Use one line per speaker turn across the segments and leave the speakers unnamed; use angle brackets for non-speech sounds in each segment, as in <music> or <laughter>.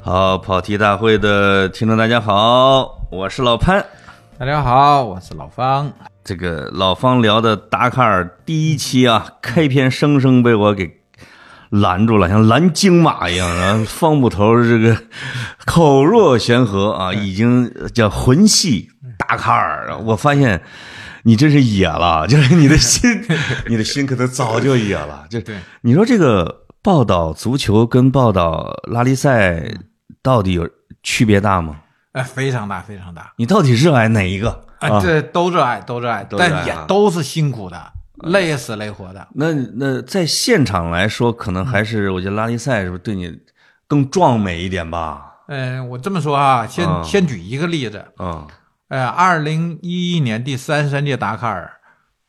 好，跑题大会的听众大家好，我是老潘。
大家好，我是老方。
这个老方聊的达喀尔第一期啊，开篇生生被我给拦住了，像拦荆马一样。然后方捕头这个口若悬河啊，已经叫魂系达喀尔。我发现你真是野了， <laughs> 就是你的心，你的心可能早就野了。就
对
你说这个报道足球跟报道拉力赛到底有区别大吗？
哎，非常大，非常大
你到底热爱哪一个
啊！这都热爱，都热爱，嗯
热爱
但也
啊
都是辛苦的，累死累活的。
那那在现场来说，可能还是我觉得拉力赛是不是对你更壮美一点吧？
嗯，我这么说啊，先
啊
先举一个例子，
嗯
呃，二零一一年第三十三届达喀尔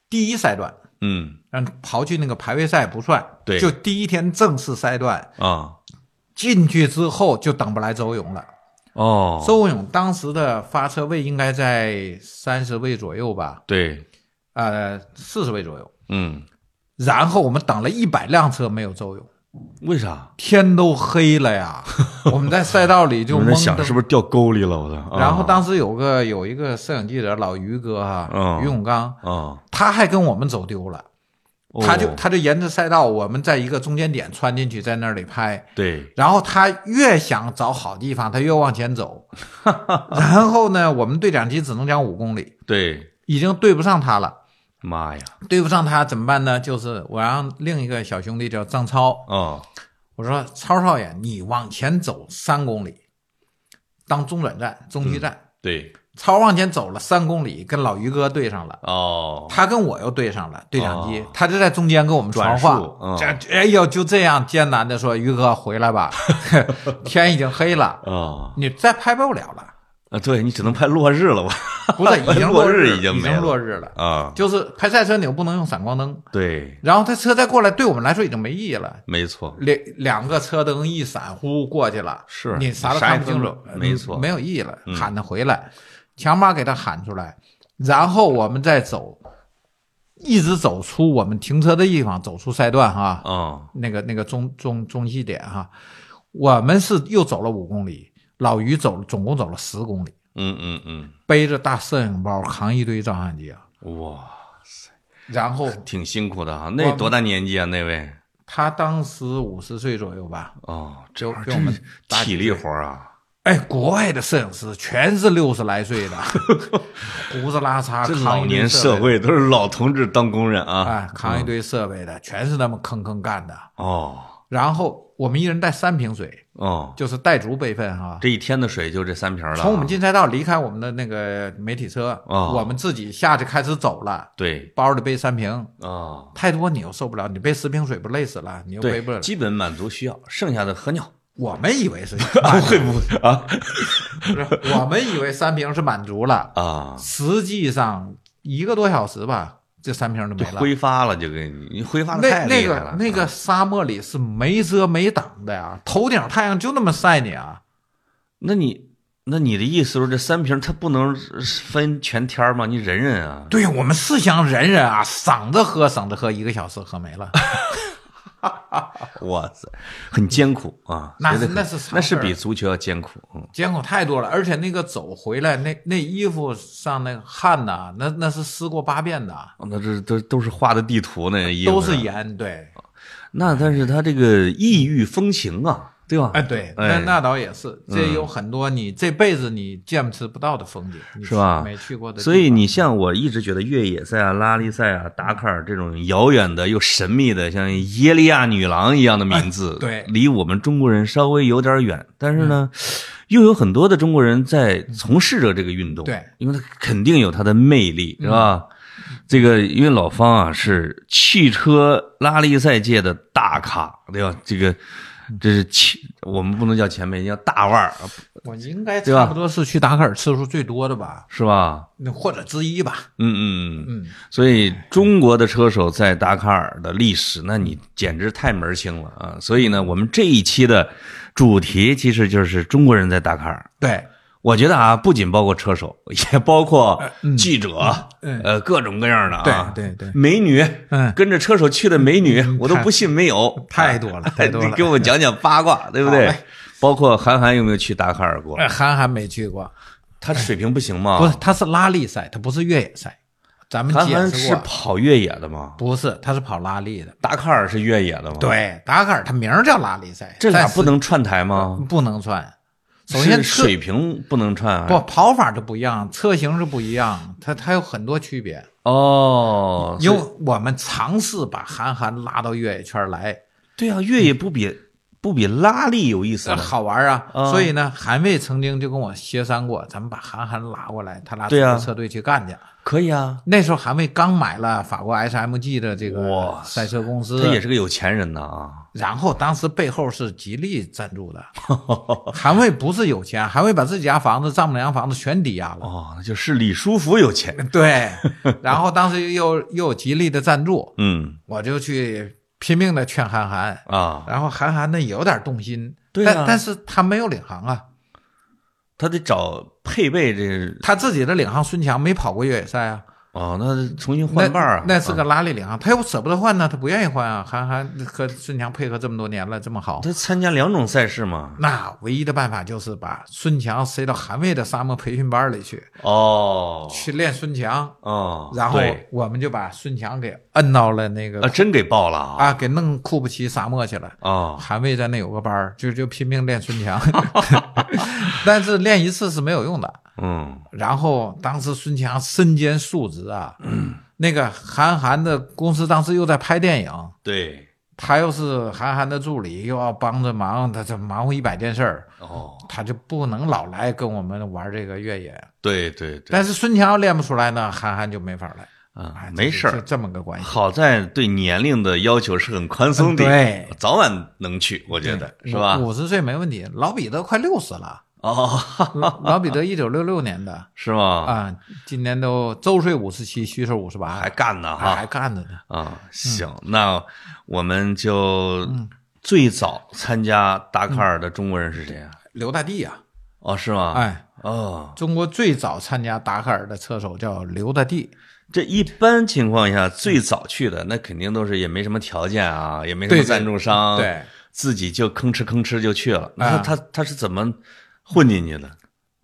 第一赛段，
嗯
嗯，刨去那个排位赛不算，
对
就第一天正式赛段
啊
进去之后就等不来周勇了。
哦，
周勇当时的发车位应该在三十位左右吧，
对，
呃，四十位左右。
嗯，
然后我们等了一百辆车没有周勇，
为啥？
天都黑
<laughs>
了呀，我们在赛道里就
我在
懵
想
的。
是不是掉沟里了？我操！啊
然后当时有个有一个摄影记者老于哥哈、
嗯
于永刚，
啊，
他还跟我们走丢了，
哦
他就他就沿着赛道，我们在一个中间点穿进去，在那里拍。
对
然后他越想找好地方，他越往
<laughs>
前走。然后呢，我们对讲机只能讲五公里，
对，
已经对不上他了。
妈呀！
对不上他怎么办呢？就是我让另一个小兄弟叫张超，
哦
我说超少爷，你往前走三公里，当中转站、中
嗯
继站。
对
超往前走了三公里，跟老于哥对上了，
哦，
他跟我又对上了对讲机，
哦
他就在中间跟我们传
转
话
述嗯。
这哎呦，就这样艰难的说，于哥回来吧， <laughs> 天已经黑了，
啊
你再拍不了了，
啊，对你只能拍落日了吧？
不是已经
<laughs> 落
落
日
日
已经
已
没了
经落日了，
啊，
就是拍赛车你又不能用闪光灯，
对，
然后他车再过来，对我们来说已经没意义了。
没错，
两两个车灯一闪，呼过去了，
是
你啥都
啥也
看不清
分
楚
不，没错
嗯没有意义了
嗯，
喊他回来，强妈给他喊出来，然后我们再走，一直走出我们停车的地方，走出赛段哈，
啊
那个那个中中中继点哈，我们是又走了五公里，老于走总共走了十公里，
嗯嗯嗯，
背着大摄影包，扛一堆照相机啊，
哇，
然后
挺辛苦的啊！那多大年纪啊？那位？
他当时五十岁左右吧，
哦，这
就
玩意儿
给
真
我们
是
搭
体
几
力
队
活儿啊，
哎，国外的摄影师全是六十来
<laughs>
岁的，胡子拉碴，
这
扛
老
一堆
年社
设备，
会都是老同志当工人啊。
哎，扛一堆设备的，全是他们吭吭干的。
哦
然后我们一人带三瓶水，
哦，
就是带足备份哈。
这一天的水就这三瓶儿了啊。
从我们进赛道离开我们的那个媒体车，
哦
我们自己下去开始走了，
对
包里背三瓶，
啊，
太多你又受不了，你背十瓶水不累死了，你又背不
对，
了。
基本满足需要，剩下的喝尿。
我们以为是，
<laughs> 会不会啊
不是我们以为三瓶是满足了，
啊？
实际上一个多小时吧，这三瓶就
就
没了。
挥发了，就给你，你挥发的
那
太
那
厉害了
个。那个
啊
沙漠里是没遮没挡的呀，头顶太阳就那么晒你啊！
那你那你的意思说这三瓶它不能分全天儿吗？你忍忍啊。
对我们是想忍忍啊，省着喝省着喝，一个小时喝
<laughs>
没了，
哇塞，很艰苦啊！
那
绝对
是
很
那是啥
那是
事儿
比足球要艰苦。嗯
艰苦太多了。而且那个走回来，那那衣服上那汗呐、那那是湿过八遍的，
哦那这都都是画的地图那衣服
都是
上啊
盐。对，
那但是他这个异域风情啊，对吧？
哎对，
哎嗯
那那倒也是，这有很多你这辈子你见识不到的风景，你
是吧
没去过的地方，
所以你像我一直觉得越野赛啊、拉力赛啊、达喀尔这种遥远的又神秘的，像耶利亚女郎一样的名字，
哎对
离我们中国人稍微有点远，但是呢，又有很多的中国人在从事着这个运动，
对，嗯
因为它肯定有它的魅力，是吧？这个因为老方啊是汽车拉力赛界的大咖，对吧？这个这是前我们不能叫前辈，叫大腕儿，啊
我应该
对吧
差不多是去达喀尔次数最多的吧，
是吧？
那或者之一吧。
嗯嗯嗯。
嗯，
所以中国的车手在达喀尔的历史，那你简直太门儿清了啊！所以呢，我们这一期的主题其实就是中国人在达喀尔。
对，
我觉得啊，不仅包括车手，也包括记者，
呃嗯嗯
呃，各种各样的啊，
对对对
美女，
嗯
跟着车手去的美女，我都
太
不信没有，
太多了
<laughs> 啊
太多了
你给我讲讲八卦，对不对
好嘞？
包括韩寒有没有去达喀尔过？
哎韩寒没去过，
他水平不行吗？
不是，它是拉力赛，它不是越野赛。咱们
韩
解
寒
释
是
过，
跑越野的吗？
不是，它是跑拉力的。
达喀尔是越野的吗？，
对，达喀尔它名儿叫拉力赛，
这俩
但是
不能串台吗？
不能算。首先
是
车
水平不能串啊。
不跑法就不一样，车型是不一样，它它有很多区别。
哦，
因为我们尝试把韩寒拉到越野圈来，
对啊，越野不比不比拉力有意思吗？
好玩啊。
嗯
所以呢，韩卫曾经就跟我协商过，咱们把韩寒拉过来，他俩组
对啊
个车队去干去。
可以啊，
那时候韩卫刚买了法国 SMG 的这
哇
个赛车公司，
他也是个有钱人呐啊。
然后当时背后是吉利赞助的，
啊
韩卫不是有钱，韩卫把自己家房子、丈母娘房子全抵押了。
哦，那就是李书福有钱。
对，然后当时又又有吉利的赞助，
嗯
我就去拼命的劝韩寒，
啊，
然后韩寒呢也有点动心，
对啊
但但是他没有领航啊，
他得找配备这
他自己的领航孙强没跑过越野赛啊，
哦，那重新换伴儿啊
那，那是个拉力领航，他又舍不得换呢，他不愿意换啊。韩寒和孙强配合这么多年了，这么好，
他参加两种赛事嘛。
那唯一的办法就是把孙强塞到韩卫的沙漠培训班里去，
哦
去练孙强，
哦，
然后
对
我们就把孙强给摁到了那个
啊，真给报了啊
啊，给弄库布齐沙漠去了。
啊
韩卫在那有个班儿，就就拼命练孙强， <laughs> 但是练一次是没有用的。
嗯
然后当时孙强身兼数职啊，
嗯
那个韩寒的公司当时又在拍电影，
对
他又是韩寒的助理，又要帮着忙，他这忙活一百件事儿，
哦
他就不能老来跟我们玩这个越野。
对对对
但是孙强要练不出来呢，韩寒就没法来。
啊
哎，
没事
就
儿
就。这么哎个关系。
好在对年龄的要求是很宽松的，
嗯对，
早晚能去，我觉得是吧？
五十岁没问题，老彼得快六十
<laughs>
了，
哦，
老老彼得一九六六年的
是吗？
啊，今年都周岁五十七，虚岁五十八，
还干呢
还
哈
还嗯干着呢。
啊！行，那我们就
嗯
最早参加达喀尔的中国人是谁啊？
刘大帝呀、
哦，是吗？
哎，
哦，
中国最早参加达喀尔的车手叫刘大帝，
这一般情况下最早去的那肯定都是也没什么条件啊，也没什
对
么
对
赞助商，
对，
自己就吭哧吭哧就去了。那
啊
他他他是怎么混进去的？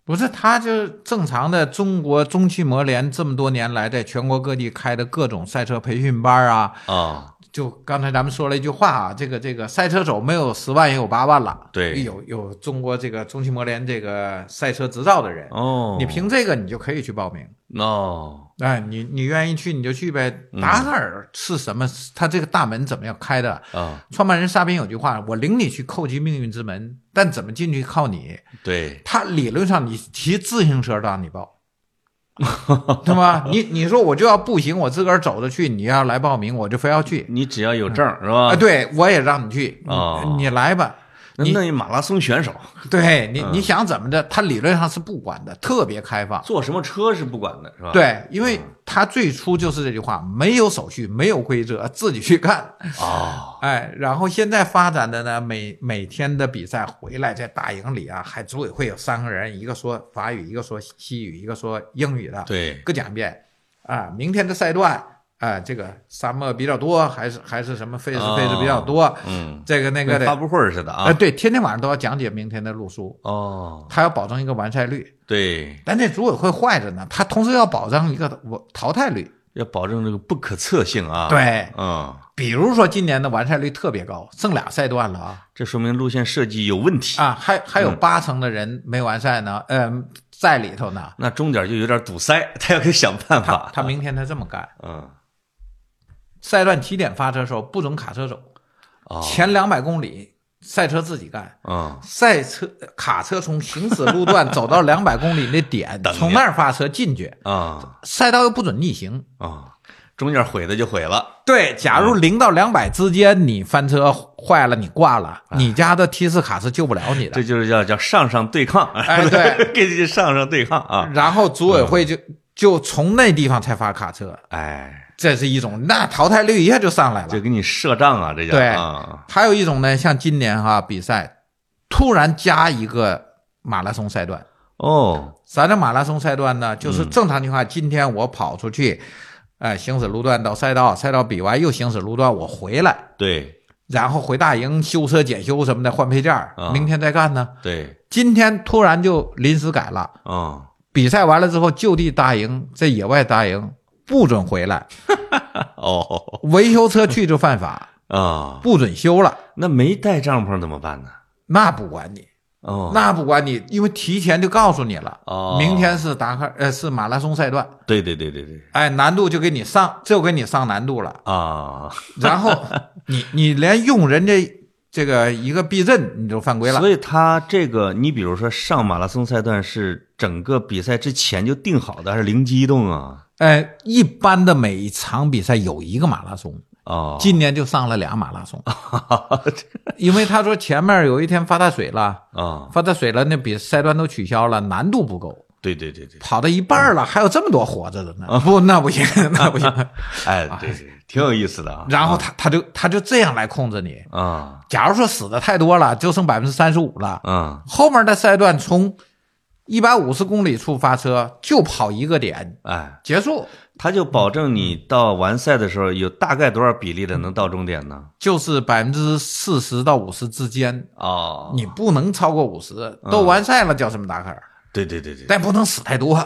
不是他就是正常的中国中汽摩联这么多年来在全国各地开的各种赛车培训班啊，
啊，
就刚才咱们说了一句话啊，这个这个赛车手没有十万也有八万了，
对
有有中国这个中汽摩联这个赛车执照的人，
哦，
你凭这个你就可以去报名。
哦，
哎，你你愿意去你就去呗。达喀尔是什么？他这个大门怎么样开的？
啊，
创办人沙宾有句话：“我领你去叩击命运之门，但怎么进去靠你。”
对，
他理论上你骑自行车让你报，对吧？你你说我就要步行，我自个儿走着去，你要来报名，我就非要去
你只要有证儿是吧？
啊！对，我也让你去，
哦
你你来吧。
那
你
那马拉松选手
对你你想怎么着？他理论上是不管的，特别开放。
坐什么车是不管的，是吧？
对，因为他最初就是这句话，没有手续，没有规则，自己去干。
哦，
哎，然后现在发展的呢，每每天的比赛回来，在大营里啊，还组委会有三个人，一个说法语，一个说西语，一个说英语的，
对，
各讲一遍啊。明天的赛段啊，这个沙漠比较多，还是还是什么费时
哦
费时比较多，
嗯，
这个那个
跟
的
发布会儿似的
啊，
啊。
对，天天晚上都要讲解明天的路书，
哦，
他要保证一个完赛率。
对，
但这组委会坏着呢，他同时要保障一个我淘汰率。
要保证这个不可测性啊。，
对，
嗯，
比如说今年的完赛率特别高，剩俩赛段了啊。
这说明路线设计有问题。
啊，还还有
嗯
八成的人没完赛呢，嗯、在里头呢。
那终点就有点堵塞，他要给想办法。
他明天他这么干，
嗯，
赛段七点发车的时候不准卡车走，
哦，
前两百公里赛车自己干，
嗯，
赛车卡车从行驶路
<laughs>
段走到两百公里那点
等，着
从那儿发车进去，
啊
赛道又不准逆行。
啊，中间毁的就毁了。
对，假
嗯
如零到两百之间你翻车坏了，你挂了，
啊
你家的提示卡是救不了你的
这。就是叫叫上上对抗， <laughs>
哎对，
跟这嗯上上对抗啊，
<laughs> 然后组委会就就从那地方才发卡车，
哎，
这是一种，那淘汰率一下就上来了。
就给你设障啊，这叫
对
啊，
还有一种呢，像今年哈比赛，突然加一个马拉松赛段。
哦，
啥叫马拉松赛段呢？
嗯
就是正常情况下，今天我跑哎出去，呃，行驶路段到赛道，赛道比完又行驶路段，我回来，
对，
然后回大营修车检修什么的，换配件儿
啊，
明天再干呢。
对，
今天突然就临时改了，
啊，
比赛完了之后就地搭营，在野外搭营不准回来，
哦
维修车去就犯法，
<laughs> 啊，
不准修了。
那没带帐篷怎么办呢？
那不管你，
哦，
那不管你，因为提前就告诉你了，
哦
明天是达喀呃是马拉松赛段，
对对对对对
哎，难度就给你上，就给你上难度了。
啊，
然后你你连用人家这个一个避震你都犯规了，
所以他这个，你比如说上马拉松赛段是整个比赛之前就定好的，还是零机动啊？
哎，一般的每一场比赛有一个马拉松，
哦，
今年就上了俩
<laughs>
马拉松，因为他说前面有一天发大水了，
啊，
发大水了，那比赛段都取消了，难度不够。
对对对对，
跑到一半了，还有这么多活着的
嗯
呢？ <laughs> 不，那
<laughs>
不行，那不行。
哎，对对，挺有意思的啊。
然后他他就他就这样来控制你。
啊
假如说死的太多了，就剩百分之三十五了，
啊，
后面的赛段从一百五十公里处发车，就跑一个点
哎，
结束，
他就保证你到完赛的时候有大概多少比例的能到终点呢？
就是百分之四十到五十之间，
哦，嗯
你不能超过五十。都完赛了叫什么达喀尔？
对对对对，
但不能死
<laughs>
太多，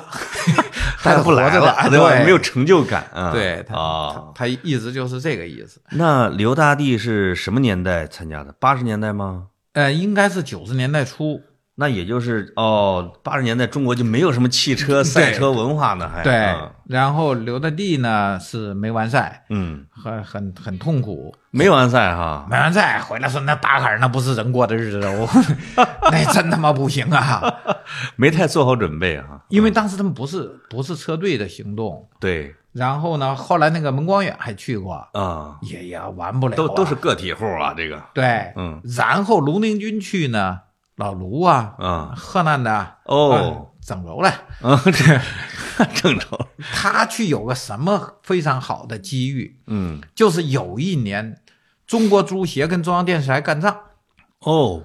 大家不来了，
还得活着的
对吧？
对
没有成就感啊。
对他、
啊，
他他一直就是这个意思。
那刘大帝是什么年代参加的？八十年代吗？
呃，应该是九十年代初，
那也就是哦，八十年代中国就没有什么汽车赛车文化呢，还
对。
啊
然后刘大帝呢是没完赛，
嗯，
很很很痛苦，
没完赛哈，
没完赛回来说那达喀尔那不是人过的日子，
<laughs>
我那真他妈不行啊！
没太做好准备哈。
因为当时他们不是不是车队的行动，
对
然后呢，后来那个门光远还去过，
啊，
也也完不了啊、
都都是个体户啊，这个
对，
嗯。
然后卢宁军去呢，老卢啊，
啊
河南的
哦，
啊整容了，
啊，这 <laughs> 郑州，
他去有个什么非常好的机遇，
嗯
就是有一年中国足协跟中央电视台干仗。
哦，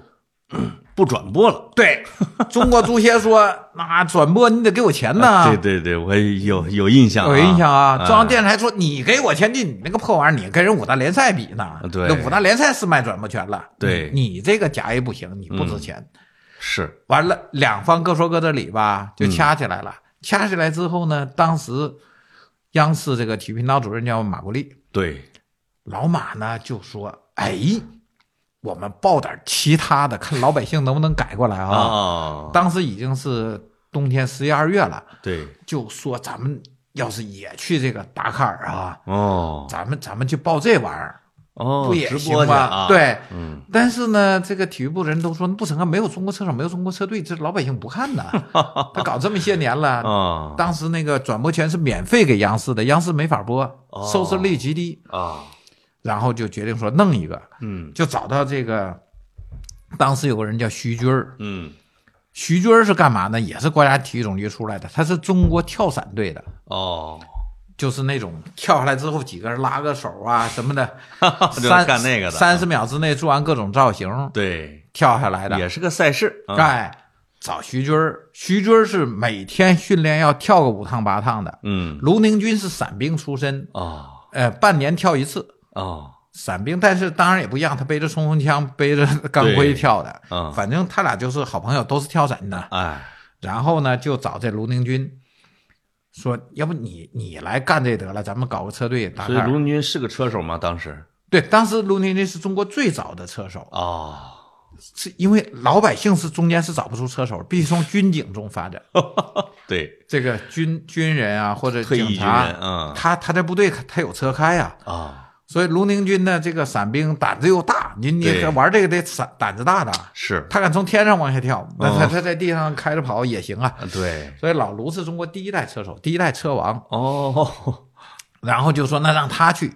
<clears throat> 不转播了。 <laughs>
对，中国足协说，那、转播你得给我钱呢。
啊对对对，我有有印象啊，
有印象啊，中央
嗯
电视台说你给我钱进，你那个破玩意儿，你跟人五大联赛比呢？
啊对
那五大联赛是卖转播权了。
对嗯
你你这个甲 A 不行，你不值钱。
是
完了，两方各说各的理
嗯
吧，就掐起来了。掐起来之后呢，当时央视这个体育频道主任叫马国立，
对，
老马呢就说：“哎，我们报点其他的，看老百姓能不能改过来啊。
啊，
当时已经是冬天十一二月了，
对
就说咱们要是也去这个达喀尔啊。
哦
咱们咱们就报这玩意儿，
哦，
不也
直
行
播去
吗？
啊？，
对，
嗯，
但是呢，这个体育部人都说不成啊，没有中国车手，没有中国车队，这老百姓不看呐。他搞这么些
<laughs>
年了，
啊
嗯当时那个转播权是免费给央视的，央视没法播
哦，
收视率极低，
啊，
然后就决定说弄一个，
嗯
就找到这个，当时有个人叫徐军儿，
嗯，
徐军儿是干嘛呢？也是国家体育总局出来的，他是中国跳伞队的。
哦，
就是那种跳下来之后几个人拉个手啊什么的，
<laughs> 就是
三
干那个的
三十秒之内做完各种造型
对，
跳下来的。
也是个赛事啊，
哎，找徐军儿，徐军儿是每天训练要跳个五趟八趟的。
嗯，
卢宁军是伞兵出身，
哦
呃，半年跳一次
哦
伞兵，但是当然也不一样，他背着冲锋枪，背着钢
对
盔跳的。
嗯
反正他俩就是好朋友，都是跳伞的。
哎，
然后呢，就找这卢宁军说：“要不你你来干这得了，咱们搞个车队打
所以
卡。”
卢文军是个车手吗？当时
对，当时卢宁军是中国最早的车手，
哦，
是因为老百姓是中间是找不出车手，必须从军警中发
<laughs>
展。
对，
这个军军人啊，或者
退
警
役军
察，
人嗯
他他在部队他有车开啊，
啊，
所以卢宁军呢，这个伞兵胆子又大，你你
对
玩这个得伞胆子大的，
是，
他敢从天上往下跳，那他
哦
他在地上开着跑也行啊。
对，
所以老卢是中国第一代车手，第一代车王，
哦，
然后就说那让他去，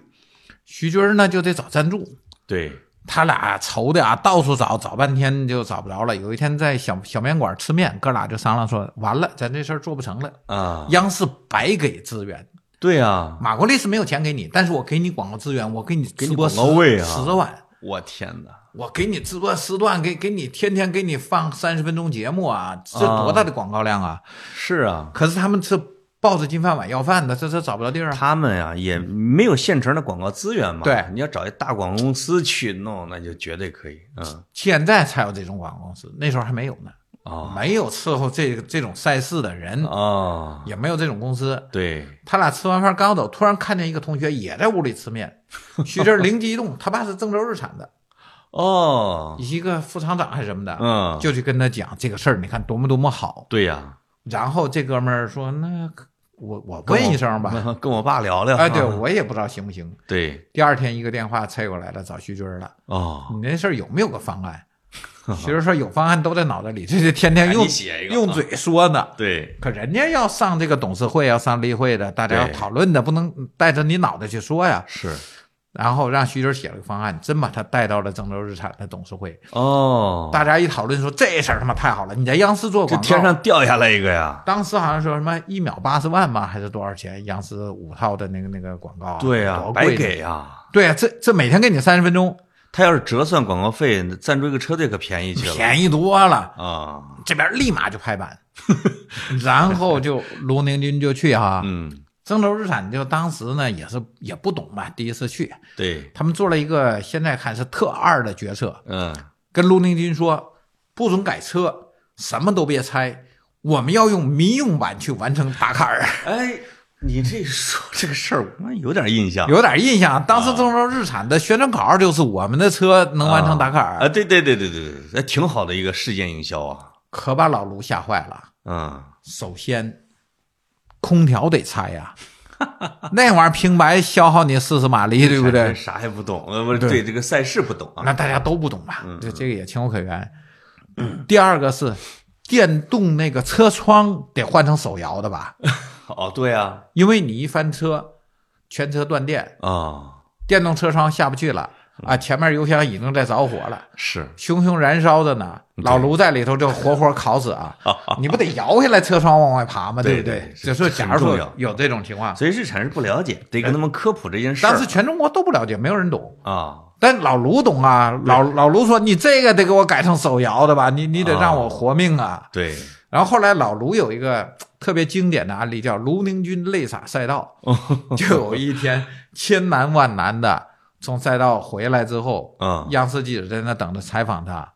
徐军儿呢就得找赞助，
对，
他俩愁的啊，到处找，找半天就找不着了。有一天在小小面馆吃面，哥俩就商量说，完了，咱这事儿做不成了，
啊，
央视白给资源，
对啊，
马国立是没有钱给你，但是我给你广告资源，我给你
给
直
你
播
广告位啊
十十万，
我天哪，
我给你直播时段，给给你天天给你放三十分钟节目啊，这
啊
多大的广告量啊！
是啊，
可是他们是抱着金饭碗要饭的，这这找不着地儿啊。
他们呀、也没有现成的广告资源嘛。
对
你要找一大广告公司去弄，那就绝对可以。嗯
现在才有这种广告公司，那时候还没有呢，
啊
没有伺候这个这种赛事的人，
啊，
也没有这种公司。
对，
他俩吃完饭刚走，突然看见一个同学也在屋里
<laughs>
吃面，徐真灵机一动，他爸是郑州日产的，
哦，
一个副厂长还是什么的，
嗯，
就去跟他讲这个事儿，你看多么多么好。
对呀， <laughs>
然后这哥们儿说：“那我我
跟我啊
问一声吧。
那跟我爸聊”聊。
哎，对我也不知道行不行。
<laughs> 对，
第二天一个电话催过来了，找徐军了，
哦，
你那事儿有没有个
<laughs>
方案？徐军说有方案都在脑袋里，这是天天
赶
哎用
紧写一个，
用
啊，
嘴说呢。
对，
可人家要上这个董事会，要上例会的，大家要
对
讨论的，不能带着你脑袋去说呀。
是，
然后让徐军写了个方案，真把他带到了郑州日产的董事会。
哦，
大家一讨论说这事儿他妈太好了，你在央视做
这
广告，
天上掉下来一个呀。
当时好像说什么一秒八十万吧，还是多少钱？央视五套的那个那个广告、
对呀、
呀、哦多
白
贵呢
给。啊。
对呀、这这每天给你三十分钟，
他要是折算广告费，赞助一个车队可便宜去了。
便宜多了。
啊，
这边立马就拍板， <laughs> 然后就卢宁军就去 <laughs> 哈、
嗯，
郑州日产就当时呢也是也不懂嘛，第一次去，
对，
他们做了一个现在看是特二的决策，
嗯，
跟卢宁军说不准改车，什么都别拆，我们要用民用版去完成达喀尔。
哎，你这说这个事儿，我有点印象。
<laughs> 有点印象。当时郑州日产的宣传口号就是我们的车能完成达喀尔，
啊，对对对对对对，那挺好的一个事件营销啊。
可把老卢吓坏了。
嗯，
首先，空调得拆呀，那玩意儿平白消耗你四十马
嗯
力，对不对？
啥也不懂，呃，不是
对
对这个赛事不懂啊。
那大家都不懂吧？这这个也情有可原。第二个是电动那个车窗得换成手摇的吧，
哦，对啊，
因为你一翻车，全车断电，
啊，
电动车窗下不去了
嗯
啊，前面油箱已经在着火了。
是
熊熊燃烧的呢，老卢在里头就活活烤
<laughs>
死啊！你不得摇下来车窗往外爬吗？
对
不
对对？
对就说
这
假
很
如
重
说
要
有这种情况，
所以日产是不了解，得跟他们科普这件事儿。
啊当时全中国都不了解，没有人懂。
啊，
但老卢懂啊，老老卢说你这个得给我改成手摇的吧，你你得让我活命啊。
对，
然后后来老卢有一个特别经典的案例，叫卢宁军泪洒赛道。
<laughs>
就有一天千难万难的从赛道回来之后，
嗯，
央视记者在那等着采访他，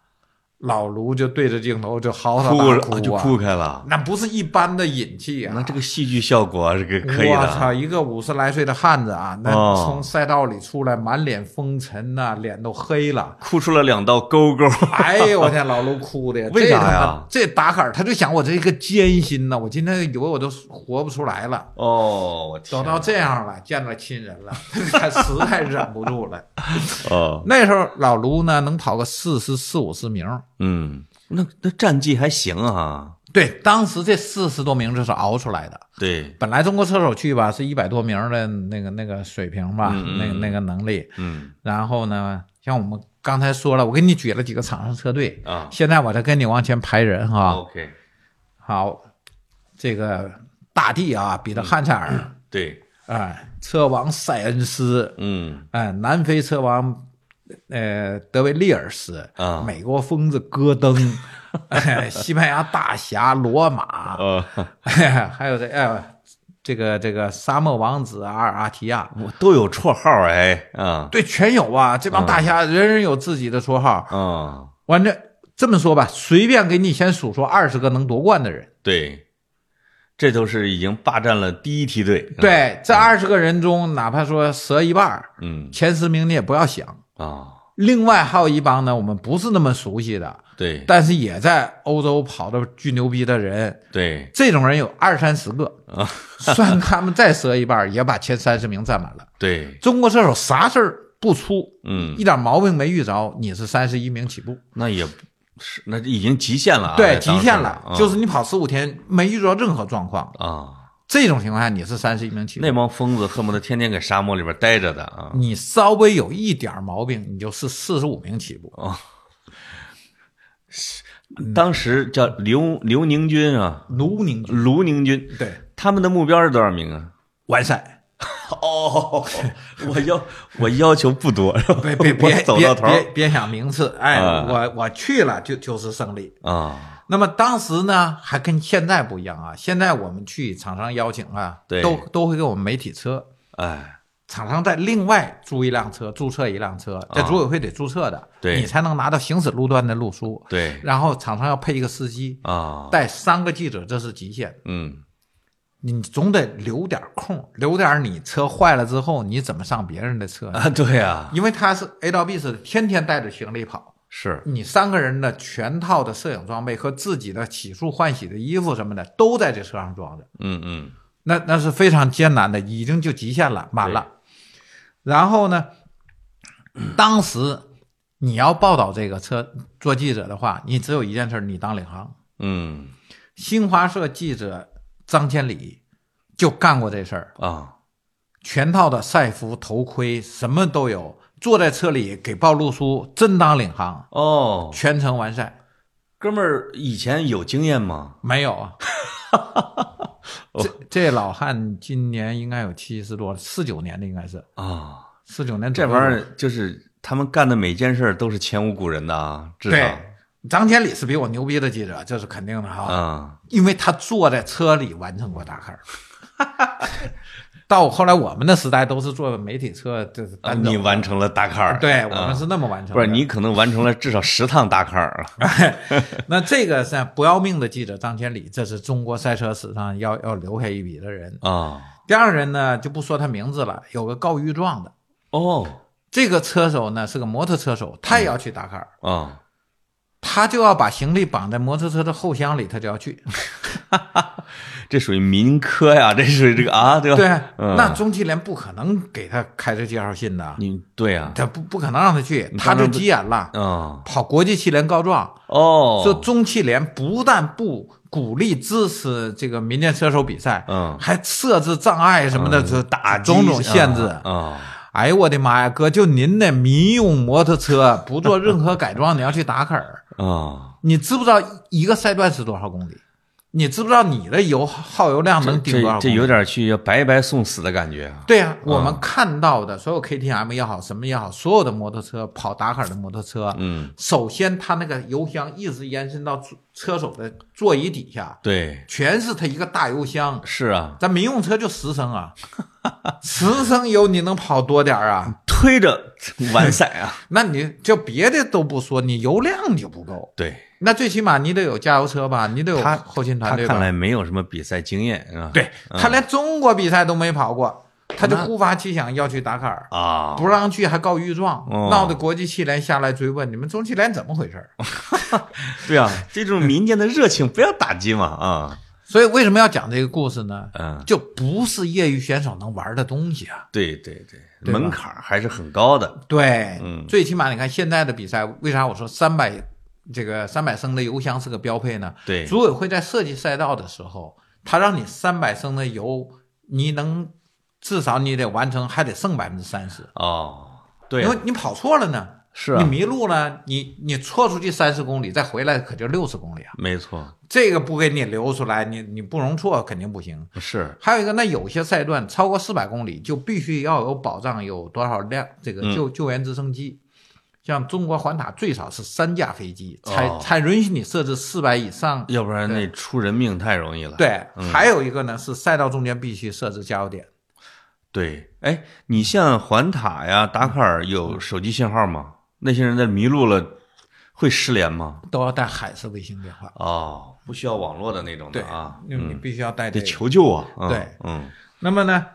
老卢就对着镜头就嚎啕
哭
大
了
哭啊，
啊就哭开了。
那不是一般的引气啊！
那这个戏剧效果这个可以
我
的。啊
操，一个五十来岁的汉子啊，那
哦。
从赛道里出来，满脸风尘呐、脸都黑了
哭出了两道沟沟。
哎呦我天，老卢哭 <laughs> 的，
为啥呀
这他妈？这达喀尔，他就想我这个艰辛呐、我今天以为我都活不出来了。
哦，我
走
天
到这样了，见着亲人了， <laughs> 他实在忍不住了。 <laughs>
哦，
那时候老卢呢，能跑个四十四五十名，
嗯，那那战绩还行啊，
对，当时这四十多名这是熬出来的。
对，
本来中国车手去吧是一百多名的那个那个水平吧，
嗯嗯
那个
嗯
那个能力。
嗯
然后呢，像我们刚才说了，我给你举了几个厂商车队，
啊
现在我再跟你往前排人哈。
，OK，
好，这个大帝啊，彼得汉塞尔，
嗯对，
哎、车王塞恩斯，
嗯
哎、南非车王。呃，德维利尔斯
啊
美国疯子戈登，哎西班牙大侠罗马，
呃，
<laughs> 还有这哎，这个这个沙漠王子阿尔阿提亚，
我都有绰号哎，啊
对，全有啊！这帮大侠人人有自己的绰号。
啊，
完这这么说吧，随便给你先数出二十个能夺冠的人。
对，这都是已经霸占了第一梯队，嗯，
对，这二十个人中，哪怕说折一半儿，
嗯
前十名你也不要想。
啊，
另外还有一帮呢，我们不是那么熟悉的，
对
但是也在欧洲跑的巨牛逼的人，
对，
这种人有二三十个，
啊
<laughs> 算他们再折一半儿，也把前三十名占满了。
对，
中国车手啥事儿不出，
嗯，
一点毛病没遇着，你是三十一名起步，
那也不是，那已经极限了啊，
对，
当
极
时
限了，
嗯
就是你跑十五天没遇着任何状况，
啊，
这种情况下你是三十一名起步
那，帮疯子恨不得天天搁沙漠里边待着的啊，
你稍微有一点毛病，你就是四十五名起步。嗯
当时叫刘刘宁军啊，
卢宁军
卢宁军，
对
他们的目标是多少名啊？
完赛，
哦，我要我要求不多， <laughs> 是吧
<laughs> 别别
我
别
走到
别
头
别别想名次，哎，
啊
我我去了就就是胜利。
啊，
那么当时呢，还跟现在不一样啊！现在我们去厂商邀请啊，
对
都都会给我们媒体车，
哎，
厂商再另外租一辆车，注册一辆车，在组委会得注册的，
啊对
你才能拿到行驶路段的路书。
对
然后厂商要配一个司机，
啊，
带三个记者，这是极限。
嗯，
你总得留点空，留点你车坏了之后你怎么上别人的车呢？
啊，对啊，
因为他是 A 到 B 是天天带着行李跑，
是，
你三个人的全套的摄影装备和自己的洗漱换洗的衣服什么的都在这车上装着，
嗯嗯，
那那是非常艰难的，已经就极限了，满了。然后呢，当时你要报道这个车做记者的话，你只有一件事儿，你当领航。
嗯
新华社记者张千里就干过这事儿，
啊，
全套的赛服、头盔什么都有，坐在车里给报路书，真当领航，
哦，
全程完赛。
哥们儿以前有经验吗？
没有 <laughs> 啊，
哦
这这老汉今年应该有七十多，四九年的应该是
啊，
四九年
这
左右
玩意儿就是他们干的每件事儿都是前无古人的啊，知
对
道。
张天礼是比我牛逼的记者，这是肯定的哈，
啊，
因为他坐在车里完成过达 <laughs> 喀尔。到后来我们的时代都是坐媒体车，就是
啊
单走
你完成了达喀尔，
对
啊
我们是那么完成
不
的。
是你可能完成了至少十趟达喀尔了。
那这个是不要命的记者张天礼，这是中国赛车史上要要留下一笔的人。
啊，
第二人呢就不说他名字了，有个告御状的。
哦，
这个车手呢是个摩托车
嗯
手，他也要去达喀尔，
啊，
他就要把行李绑在摩托车的后箱里，他就要
<laughs>
去。
这属于民科呀，这属于这个啊，对吧？
对，
嗯
那中汽联不可能给他开这介绍信的，
你对啊呀，
他不不可能让他去，
你
他
当然
就
不
急眼了，
啊，
跑国际汽联告状，
哦，
说中汽联不但不鼓励支持这个民间车手比赛，
嗯
还设置障碍什么的，这打
击
种种限制。
啊啊，
哎呦我的妈呀，哥，就您那民用摩托车不做任何改装，你 <laughs> 要去达喀尔？
啊
你知不知道一个赛段是多少公里？你知不知道你的油耗油量能顶多少
这这
公里？
有点去要白白送死的感觉啊。
对啊，我们看到的所有 KTM 也好，什么也好，所有的摩托车跑达喀尔的摩托车，
嗯，
首先它那个油箱一直延伸到车车手的座椅底下，
对，
全是它一个大油箱。
是啊，
咱民用车就十
<laughs>
升啊，十升油你能跑多点儿啊？
推着 <laughs> 完赛啊。
那你就别的都不说，你油量你就不够，
对
那最起码你得有加油车吧，你得有
他
后勤
他
团队吧
看。来没有什么比赛经验啊。
对他连中国比赛都没跑过，他就
那
突发奇想要去达喀尔，
啊，
不让去还告御状，
哦
闹得国际汽联下来追问你们中汽联怎么回事儿。
对啊， <laughs> 这种民间的热情不要打击嘛 <laughs> 啊。
所以为什么要讲这个故事呢？
嗯，
就不是业余选手能玩的东西啊。
对对对，
对吧
门槛儿还是很高的。
对，
嗯
最起码你看现在的比赛，为啥我说三百这个三百升的油箱是个标配呢？
对，
组委会在设计赛道的时候，他让你三百升的油，你能至少你得完成，还得剩百分之三十，
哦，对
因
啊
为，你跑错了呢。
是啊
你，迷路了，你你错出去三十公里，再回来可就六十公里啊，
没错，
这个不给你留出来，你你不容错肯定不行。
是
还有一个，那有些赛段超过四百公里就必须要有保障，有多少辆这个
嗯
救、救援直升机，像中国环塔最少是三架飞机，才、
哦
才允许你设置四百以上。
要不然
对
那出人命太容易了。
对，
嗯
还有一个呢是赛道中间必须设置加油点，
对，哎，你像环塔呀、达喀尔有手机信号吗？那些人在迷路了会失联吗？
都要带海事卫星电话。
哦，不需要网络的那种
对
的啊，
因为你
嗯
必须要带
得
这个。
求救啊。嗯
对，
嗯，
那么呢，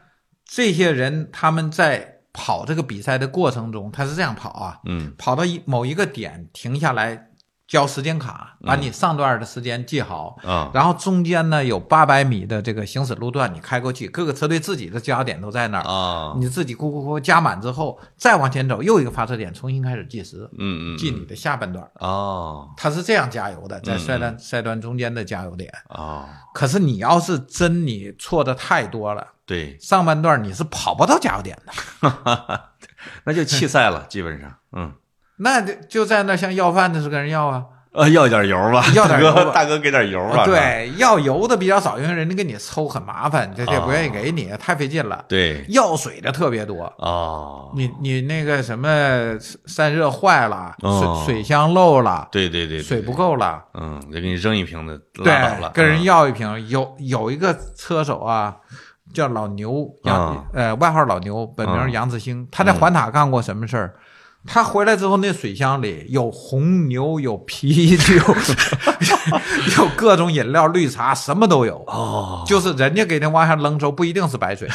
这些人他们在跑这个比赛的过程中，他是这样跑啊，
嗯，
跑到一某一个点停下来交时间卡，把你上段的时间记好。
啊，
然后中间呢有八百米的这个行驶路段，你开过去，各个车队自己的加油点都在那儿，
啊，
你自己咕咕咕加满之后，再往前走又一个发车点，重新开始计时，
嗯嗯，
记你的下半段。
哦
它是这样加油的，在赛段赛段中间的加油点。
哦，
可是你要是真你错的太多了，
对，
上半段你是跑不到加油点的，
那就弃赛了，基本上，嗯，
那就就在那像要饭的是跟人要啊，
呃， <laughs> 要点油吧，啊
要点油
大
吧
哥，大哥给点油吧。是吧啊
对，要油的比较少，因为人家给你抽很麻烦，这这不愿意给你，太费劲了。
对，
药水的特别多，
哦，
你你那个什么散热坏了，
哦
水水箱漏了，
对对对，对
水不，够了，
嗯，就给你扔一瓶子，拉倒
对
了，，
跟人
嗯
要一瓶。有有一个车手啊，叫老牛，杨
啊
呃外号老牛，本名
啊
杨志兴，他在环塔干过什么事儿？他回来之后，那水箱里有红牛，有啤
<laughs>
酒， <laughs> 有各种饮料、绿茶，什么都有。
哦，啊
就是人家给他往下扔走，不一定是白水，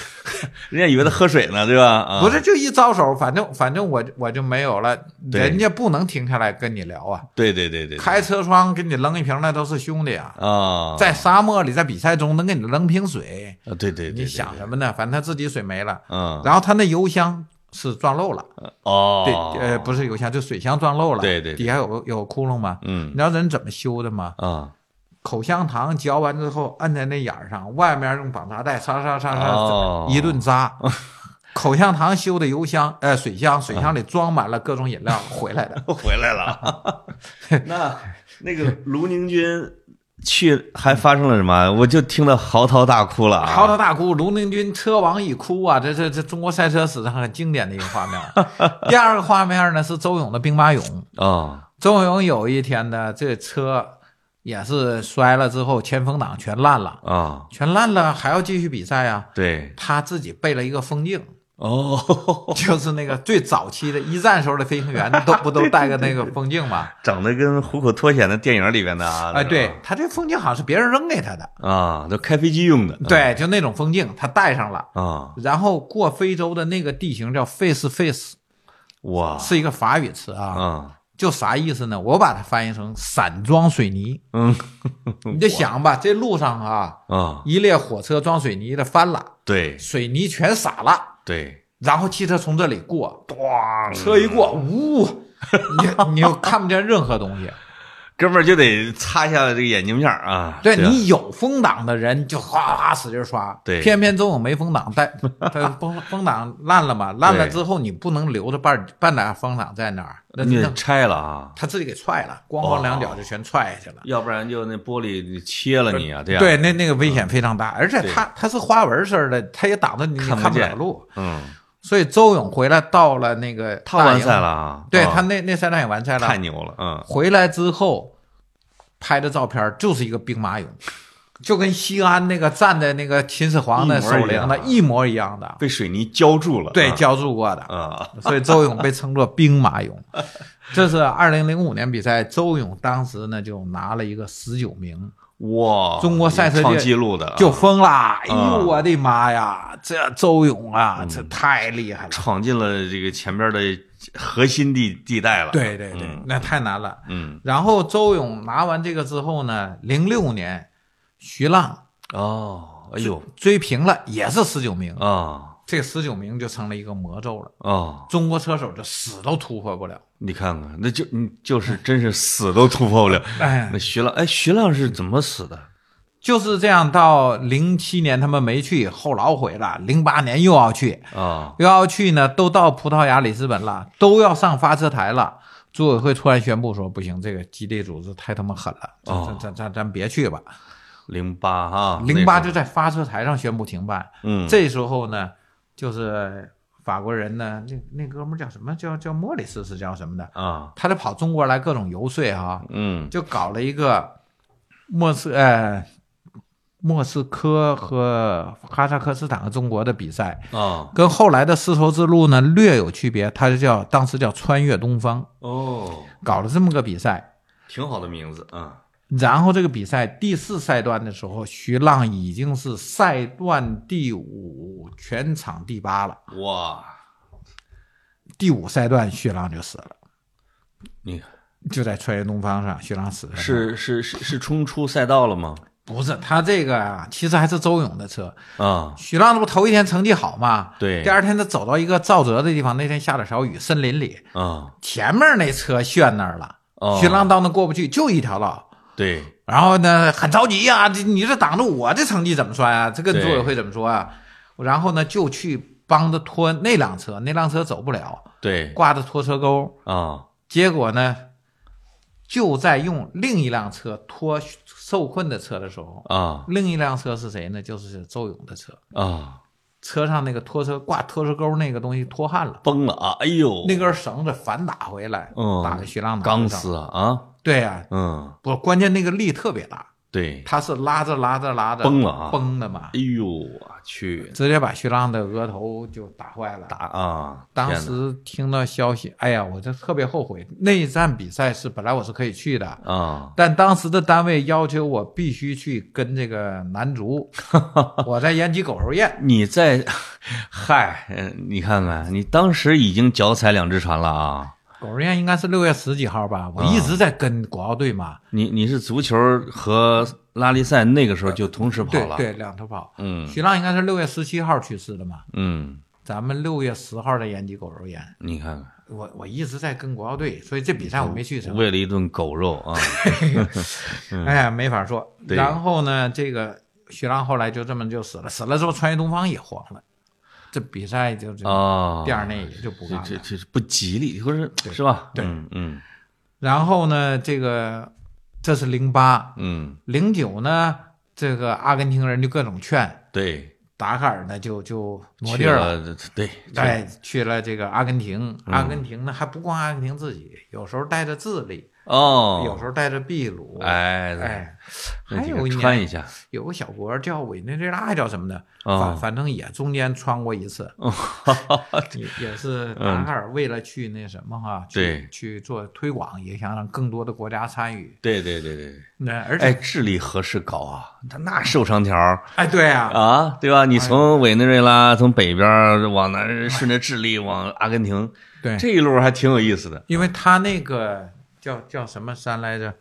人家以为他喝水呢，对吧？啊
不，是就一招手，反正反正我我就没有了，
对
人家不能停下来跟你聊啊，
对对对对，对
开车窗给你扔一瓶，那都是兄弟啊，
啊，
在沙漠里，在比赛中能给你扔瓶水，
啊，对对对，
你
对
想，
对
什么呢？反正他自己水没了，
嗯，
然后他那油箱是撞漏了，对
哦，，
呃，不是油箱，就水箱撞漏了，
对对对
底下有个有窟窿嘛，你
嗯
知道人怎么修的吗？
啊，
口香糖嚼完之后按在那眼儿上，外面用绑扎带扎扎扎
哦
扎一
<laughs>
顿扎。口香糖修的油箱，呃，水箱，水箱里装满了各种饮
<laughs>
料 <laughs> 回来的。
回来了。 <laughs> 那那个卢宁军去还发生了什么？我就听到嚎啕大哭了啊！
嚎啕大哭，卢宁军车王一哭啊，这这这中国赛车史上很经典的一个画面。啊 <laughs> 第二个画面呢是周勇的兵马俑，
啊
周勇有一天呢，这车也是摔了之后，前风挡全烂了，
啊，
全烂了还要继续比赛啊。
对，
他自己备了一个风镜， <laughs>
哦，
就是那个最早期的一战时候的飞行员都不都戴个那个风镜吗？
<laughs> 整的跟《虎口脱险》的电影里边的啊，
哎，
那种
对他这风镜好像是别人扔给他的，
啊，都开飞机用的，
对，就那种风镜他戴上了。
啊，
然后过非洲的那个地形叫 face face，
哇
是一个法语词啊，
啊，
就啥意思呢？我把它翻译成散装水泥。
嗯
你就想吧，这路上啊，
啊，
一列火车装水泥的翻了，
对
水泥全撒了，
对，
然后汽车从这里过，咣，车一过，呜，
<laughs>
你你又看不见任何东西。
哥们儿就得擦下这个眼镜片儿啊，
对
啊
你有风挡的人就哗哗使劲刷，
对
偏偏周勇没风挡，
<laughs>
但但风风挡烂了嘛，烂了
对
之后你不能留着半半打风挡在那儿，那
你哦
那
得拆了啊，
他自己给踹了，咣咣两脚就全踹下去了。
要不然就那玻璃切了你啊，对呀，
呃对，，那那个危险非常大，而且
嗯对
他他是花纹似的，他也挡着你，你
看不
看不了
见
路。
嗯，
所以周勇回来到了那个
套完赛
大营
了，啊，
对
啊
他那那赛段也完赛
太
了。
牛了，嗯，
回来之后拍的照片就是一个兵马俑，就跟西安那个站在那个秦始皇的首
一模一
领
样
的
啊
一模一样的，
被水泥浇住了，
<laughs> 对，
啊
浇筑过的。
啊，
所以周勇被称作兵
<laughs>
马俑。这是二零零五年比赛，周勇当时呢就拿了一个十九名，
哇，
中国赛车界
创纪录的啊，
就疯啦！哎呦，
嗯
我的妈呀，这周勇啊，这太厉害了。
闯进了这个前边的核心地地带了，
对对对
嗯，
那太难了。
嗯，
然后周勇拿完这个之后呢，零六年徐浪
哦，哎呦，
追平了，也是十九名，
啊
这十九名就成了一个魔咒了。
哦，
中国车手就死都突破不了。
你看看，那就你就是真是死都突破不
<laughs>
了。
哎
那，徐浪，哎，徐浪是怎么死的？
就是这样。到零七年他们没去，后老悔了。零八年又要去，
啊
又要去呢，都到葡萄牙里斯本了，都要上发车台了。组委会突然宣布说：“不行，这个基地组织太他妈狠了，咱
哦
咱咱咱咱别去吧。
零八哈”，
零八就
这，
在发车台上宣布停办。
嗯，
这时候呢，就是法国人呢，那那哥们儿叫什么？叫叫莫里斯是叫什么的？
啊，
他就跑中国来各种游说哈、
嗯
就搞了一个莫斯呃莫斯科和哈萨克斯坦和中国的比赛，
啊，
跟后来的丝绸之路呢略有区别，它就叫当时叫穿越东方，
哦，
搞了这么个比赛。
挺好的名字啊，
然后这个比赛第四赛段的时候，徐浪已经是赛段第五，全场第八了。
哇，
第五赛段，徐浪就死了，
你看
就在穿越东方上，徐浪死了。
是是是是冲出赛道了吗？
不是他这个啊？其实还是周勇的车。
啊，
徐浪这不头一天成绩好嘛？
对
第二天他走到一个沼泽的地方，那天下点小雨，森林里，
啊，
前面那车陷那儿了，
哦
徐浪到那过不去，就一条道。
对，
然后呢，很着急呀、这你这挡着我这成绩怎么算啊？这跟组委会怎么说啊？然后呢，就去帮着拖那辆车，那辆车走不了，
对，
挂着拖车钩。
啊，
结果呢，就在用另一辆车拖受困的车的时候，
啊
另一辆车是谁呢？就是周勇的车，
啊，
车上那个拖车挂拖车钩那个东西脱焊了，
崩了啊！哎呦，
那根绳子反打回来，
嗯
打在徐浪的
钢
身上。
丝啊啊，
对呀、
嗯，
不，关键那个力特别大，
对，
他是拉着拉着拉着
崩了啊
崩的嘛
哎，呦，我去，
直接把徐浪的额头就打坏了。
打啊！
当
天哪
时听到消息，哎呀，我就特别后悔。那一站比赛是本来我是可以去的，
啊，
但当时的单位要求我必须去跟这个
<laughs>
男足，我在延吉狗头宴。
你在， <laughs> 嗨，呃你看看，你当时已经脚踩两只船了啊！
狗头宴应该是六月十几号吧，我一直在跟国奥队嘛，
你你是足球和拉力赛那个时候就同时嗯跑
对
了，
对，两头跑。
嗯
徐浪应该是六月十七号去世的嘛，
嗯，
咱们六月十号在延吉狗头宴。
你看看，
我我一直在跟国奥队，所以这比赛我没去成。
为了一顿狗肉啊，
哎呀，没法说。
嗯对
然后呢，这个徐浪后来就这么就死了，死了之后穿越东方也黄了，这比赛就就
啊，
第二年也就不干
这
了。
这这是不吉利，或者是吧？
啊对
嗯嗯
然后呢，这个这是零八
嗯，
零九呢，这个阿根廷人就各种劝
对，
达喀尔呢，就就挪
去
地儿了。
了，嗯对，对，
哎，去了这个阿根廷，阿根廷呢还不光阿根廷自己，有时候带着智利，
哦，
有时候带着秘鲁，
哎对
哎，
那
还
几个
有一
穿
年
一下，
有个小国叫委内瑞拉，叫什么的，
哦啊
反反正也中间穿过
<laughs>
一次，也也是达喀尔为了去那什么哈，
嗯
去
对
去做推广，也想让更多的国家参与。
对对对对对。
那而且
哎，智利合适搞啊，他那瘦长条儿
哎，对啊，
啊，对吧？你从委内瑞拉从北边儿往南，顺着智利往阿根廷，
对，
这一路还挺有意思的。
因为他那个叫叫什么山来着，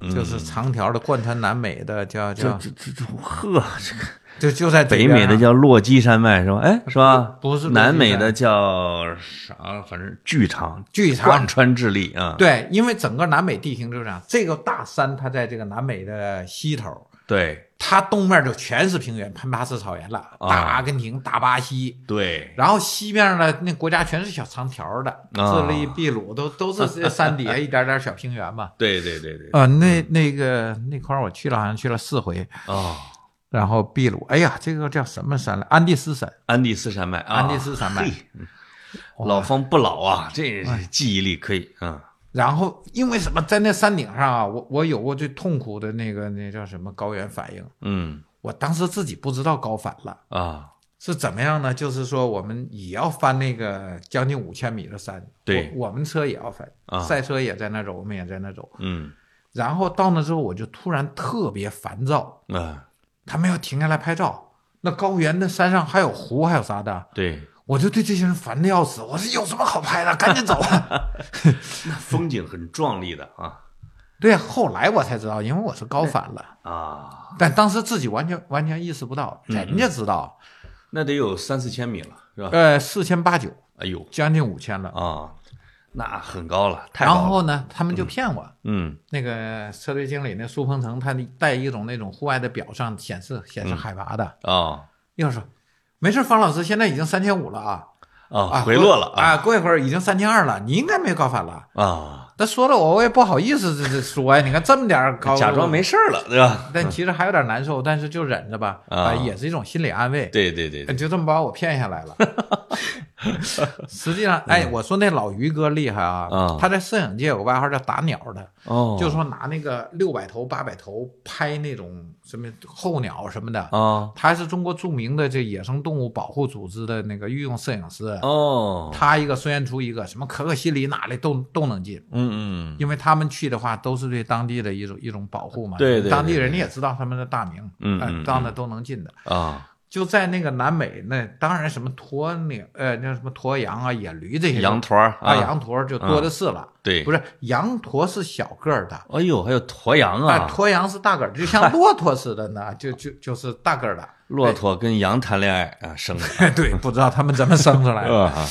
嗯
就是长条的贯穿南美的，叫
这
叫
这这这，呵，这个
就就在这
北
边啊
美的叫落基山脉是吧？哎，是吧？
不是
南美
落
的叫啥？反正巨长，
巨
贯
长。
穿智利啊。
对，因为整个南美地形就是这样，这个大山它在这个南美的西头，
对
它东面就全是平原，潘帕斯草原了，
啊
大阿根廷、大巴西，
对
然后西面呢，那国家全是小长条的，
啊
智利、秘鲁都都是
<laughs>
这山底下一点点小平原嘛。
对对对对。
啊，那那个那块儿我去了，好像去了四回，
哦，
然后秘鲁，哎呀，这个叫什么山来？安第斯山，
安第斯山脉啊，
安第斯山脉
嘿。老方不老啊，这记忆力可以啊。
然后因为什么，在那山顶上啊，我我有过最痛苦的那个那叫什么高原反应，
嗯
我当时自己不知道高反了。
啊，
是怎么样呢？就是说，我们也要翻那个将近五千米的山，
对
我，我们车也要翻，
啊
赛车也在那走，我们也在那走。
嗯
然后到那之后，我就突然特别烦躁，
啊，
他们要停下来拍照。那高原的山上还有湖，还有啥的，
对，
我就对这些人烦的要死。我说有什么好拍的，赶紧走
<laughs>
啊！
风景很壮丽的啊
对，后来我才知道，因为我是高反了，
啊，
但当时自己完全完全意识不到，
嗯
人家知道，
那得有三四千米了，是吧？
呃，四千八九，
哎呦
将近五千了。
啊，那很高了，太
然
高了。
后呢，他们就骗我。
嗯
那个车队经理那苏鹏程，他带一种那种户外的表上显示显
嗯
示海拔的，
啊
又说没事，方老师现在已经三千五了啊，
啊，
啊
回落了
过
啊
啊，过一会儿已经三千二了，你应该没高反了。
啊，
那说的我我也不好意思这这说呀，你看这么点儿高，
假装没，事儿了，对吧？
但其实还有点难受，但是就忍着吧，
啊
也是一种心理安慰。
对对对对，
就这么把我骗下来了。 <laughs> 实际上，哎，我说那老于哥厉害啊，
嗯啊
他在摄影界有个外号叫打鸟的，
哦，
就说拿那个六百头、八百头拍那种什么候鸟什么的。
啊
他是中国著名的这野生动物保护组织的那个御用摄影师。
哦，
他一个孙燕初一个，什么可可西里哪里都都能进，
嗯嗯，
因为他们去的话都是对当地的一种一种保护嘛。
对对对
当地人也知道他们的大名，
嗯
呃
嗯
到那都能进的。
啊，
就在那个南美，那当然什么鸵鸟，呃，那什么鸵羊啊、野驴这些
羊驼儿
啊，羊驼就多的是了。
对，
不
是，
是羊驼是小个儿的，
哎呦，还有鸵羊
啊，
啊，
鸵羊是大个儿，就像骆驼似的呢，就就就是大个儿的。
骆驼跟羊谈恋爱啊，生的
<laughs> 对，不知道他们怎么生出来的。
啊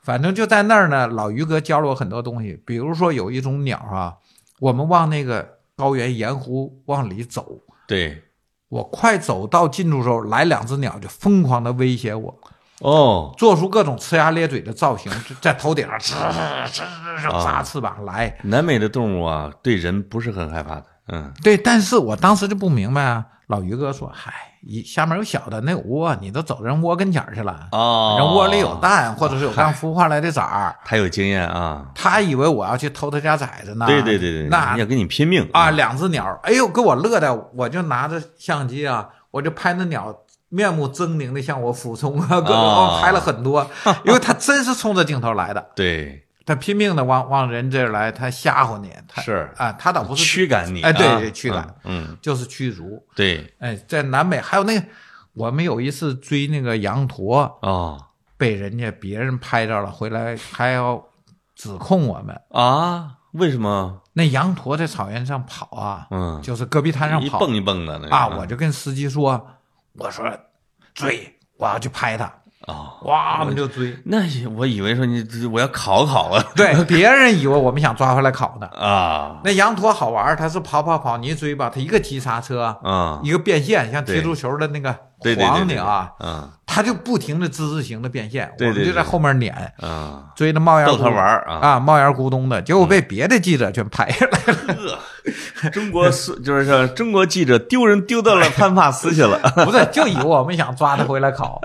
反正就在那儿呢，老于哥教了我很多东西，比如说有一种鸟啊，我们往那个高原盐湖往里走，
对，
我快走到近处时候，来两只鸟就疯狂的威胁我，
哦，
做出各种呲牙咧嘴的造型，在头顶上呲呲呲扎翅膀来。
南美的动物啊，对人不是很害怕的。嗯，
对，但是我当时就不明白啊。老于哥说：“嗨，一下面有小的那有窝，你都走人窝跟前儿去了，
哦，
人窝里有，蛋，或者是有刚孵化来的崽儿。
他有经验啊。
他以为我要去偷他家崽子呢。
对对对对，
啊那
要跟你嗯拼命
啊，！两只鸟，哎呦，给我乐的，我就拿着相机啊，我就拍那鸟面目狰狞的向我俯冲啊，各种、
啊
拍了很多，
<laughs>
因为它真是冲着镜头来的，
对，
它拼命的往往人这儿来，它吓唬你，它
是
啊，它倒不是
驱赶你，
哎对
啊
对驱赶，
嗯，嗯
就是驱逐，
对，
哎，在南美还有那个，我们有一次追那个羊驼，
哦
被人家别人拍着了，回来还要指控我们，
啊，为什么？
那羊驼在草原上跑啊，
嗯，
就是戈壁滩上
一
跑，
蹦一蹦的那个
啊，我就跟司机说，我说追，我要去拍他，
哦，
哇，我们就追。
<laughs> 那我以为说你我要考考啊
对，别人以为我们想抓回来烤呢。
啊
那羊驼好玩儿，它是跑跑跑，你一追吧，它一个急刹车，
啊，
一个变线，像
对
踢足球的那个
对对对
黄
对
的啊，
嗯
它就不停的之字形的变线，我
对对
们就在后面撵， <laughs>
啊，
追的冒烟
逗
咕
他玩儿啊！嗯
啊，冒烟咕咚的，结果被别的记者全拍下
<laughs>
来了，
中国是就是说中国记者丢人丢到了潘帕斯去了。
<laughs> 不是就以为我们想抓它回
<laughs>
来烤。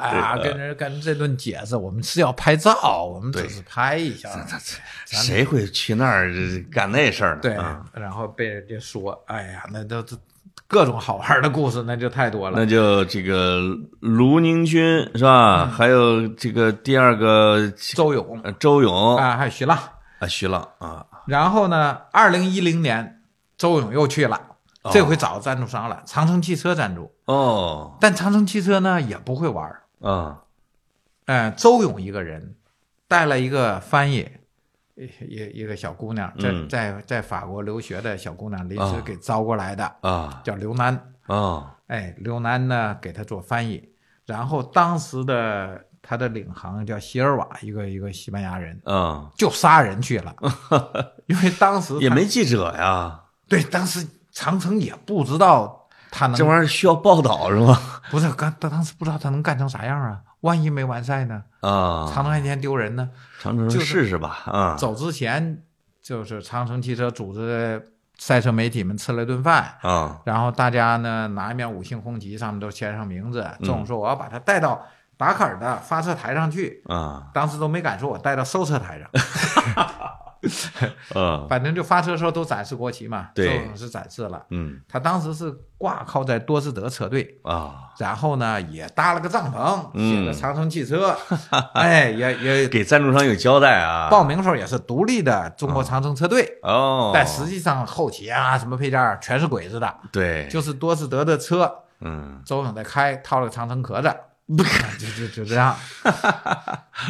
哎
嗯
呀，跟人跟这顿解释，我们是要拍照，我们只是拍一下。
谁会去那儿干那事儿呢？
对
啊，，
然后被人家说，哎呀，那都都各种好玩的故事，那就太多了。
那就这个卢宁军是
嗯
吧？还有这个第二个
周勇
呃周勇啊，
啊，还有徐浪。
徐浪啊，
然后呢，二零一零年，周勇又去了，这回找赞助商了，长城汽车赞助。
哦
但长城汽车呢也不会玩儿，
啊，
呃，周勇一个人带了一个翻译，一一一个小姑娘，在
嗯
在在法国留学的小姑娘，临
啊
时给招过来的，
啊
叫刘楠。
啊
哎，刘楠呢给他做翻译，然后当时的他的领航叫席尔瓦，一个一个西班牙人，
啊，
就杀人去 <laughs> 了，因为当时他
也没记者呀，
对，当时长城也不知道他能
这玩意儿需要报道是吗？
不是刚当当时不知道他能干成啥样啊，万一没完赛呢，长
啊，
城还嫌丢人呢。
长城
就是
试试吧，啊
走之前就是长城汽车组织赛车媒体们吃了顿饭。
啊
然后大家呢拿一面五星红旗，上面都签上名字。
嗯
周勇说：“我要把他带到达喀尔的发射台上去，
啊
当时都没敢说我带到收车
<laughs>
台上，
啊，
反正就发车的时候都展示国旗嘛，
对
这种是展示了。
嗯
他当时是挂靠在多士德车队，
啊，
然后呢也搭了个帐篷，
嗯
写着长城汽车，
<laughs>
哎，也也
给赞助商有交代啊，
报名的时候也是独立的中国长城车队，
哦，哎
但实际上后旗啊什么配件儿全是鬼子的，
对，
就是多士德的车，
嗯
周勇在开，套了个长城壳子，就就就这样。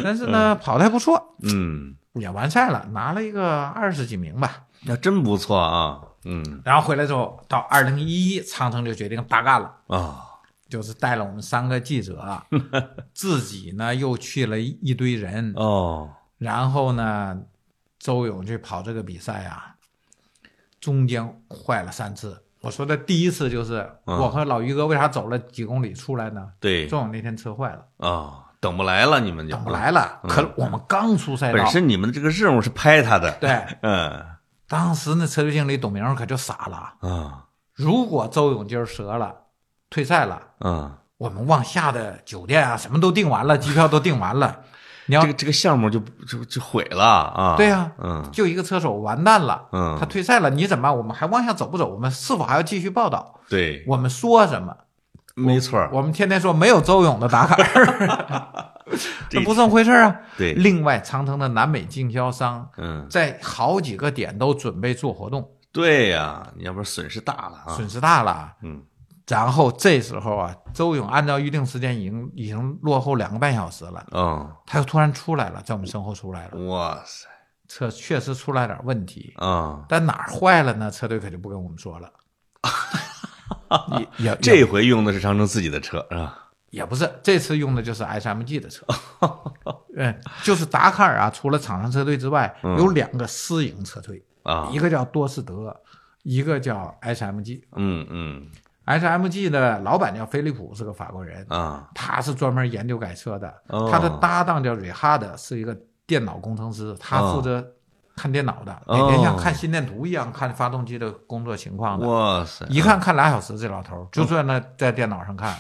但是呢，跑的还不错，
嗯，
也完赛了，拿了一个二十几名吧。
那真不错啊，嗯
然后回来之后，到二零一一，长城就决定大干了，
啊
就是带了我们三个记者啊，自己呢又去了一堆人，
哦，
然后呢，周勇去跑这个比赛啊，中间坏了三次。我说的第一次就是
嗯
我和老于哥为啥走了几公里出来呢？
对
周勇那天车坏了，
啊，等不来了，你们就
等不。来了。
嗯
可我们刚出赛道
本，身你们这个任务是拍他的，
对，
嗯
当时那车队经理董明可就傻了，
啊
如果周勇今儿折了，退赛了。
啊，
我们往下的酒店啊，什么都订完了，机票都订完了，你要
这个这个项目就就就毁了啊。
对呀
嗯
就一个车手完蛋了，
嗯
他退赛了，你怎么办？我们还往下走不走？我们是否还要继续报道？
对，
我们说什么？
没错儿，
我们天天说没有周勇的打卡，
<laughs>
这不是那么回事啊。
对
另外，长城的南美经销商
嗯，
在好几个点都准备做活动，
对呀，你要不然损失大了啊。
损失大了。
嗯
然后这时候啊，周勇按照预定时间已经已经落后两个半小时了，
嗯，
他又突然出来了，在我们身后出来了。
哇塞
车确实出了点问题，
啊，
但哪儿坏了呢？车队可就不跟我们
<laughs>
说了。 <laughs> 也也
这
也
回用的是长城自己的车是吧？
也不是，这次用的就是 SMG
<laughs>
的车。嗯，就是达喀尔啊，除了厂商车队之外，有两个私营车队，
嗯啊
一，个叫多士德，一个叫 SMG。
嗯嗯，
SMG 的老板叫菲利普，是个法国人，
啊，
他是专门研究改车的。
哦
他的搭档叫瑞哈德，是一个电脑工程师，他负责看电脑的，
啊哦
每天像看心电图一样看发动机的工作情况的。
哇塞，
一看看俩小时，这老头儿就坐那在电脑
<laughs>
上看，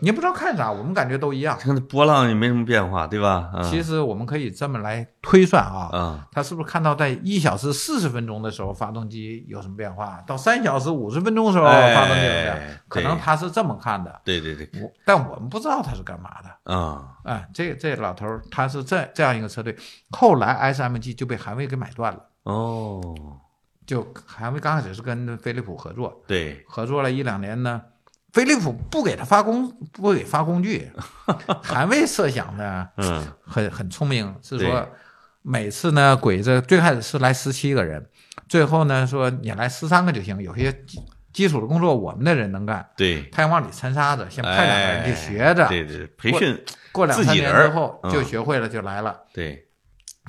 你也不知道看啥，我们感觉都一样。
看嗯那波浪也没什么变化，对吧？啊
其实我们可以这么来推算啊，
啊，
他是不是看到在一小时四十分钟的时候发动机有什么变化？到三小时五十分钟的时候
哎
发动机有什么变
对
化？可能他是这么看的，
对对对，
我但我们不知道他是干嘛的。
啊，
啊、这这老头儿他是这这样一个车队，后来 SMG 就被韩威给买断了。
哦，
就韩威刚开始是跟飞利浦合作，
对，
合作了一两年呢，飞利浦不给他发工，不给发
<laughs>
工具。韩威设想的
嗯
很很聪明，是
对
说每次呢鬼子最开始是来十七个人，最后呢说你来十三个就行，有些基基础的工作我们的人能干，
对，
他要往里掺沙子，先派两个人
哎，
去学着，
对对，培训，
过两
自
三
己
年
人儿
之后
嗯
就学会了就来了。
对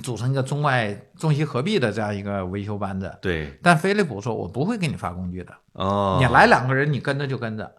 组成一个中外中西合璧的这样一个维修班子。
对，
但飞利浦说：“我不会给你发工具的，
哦，
你来两个人，你跟着就跟着。”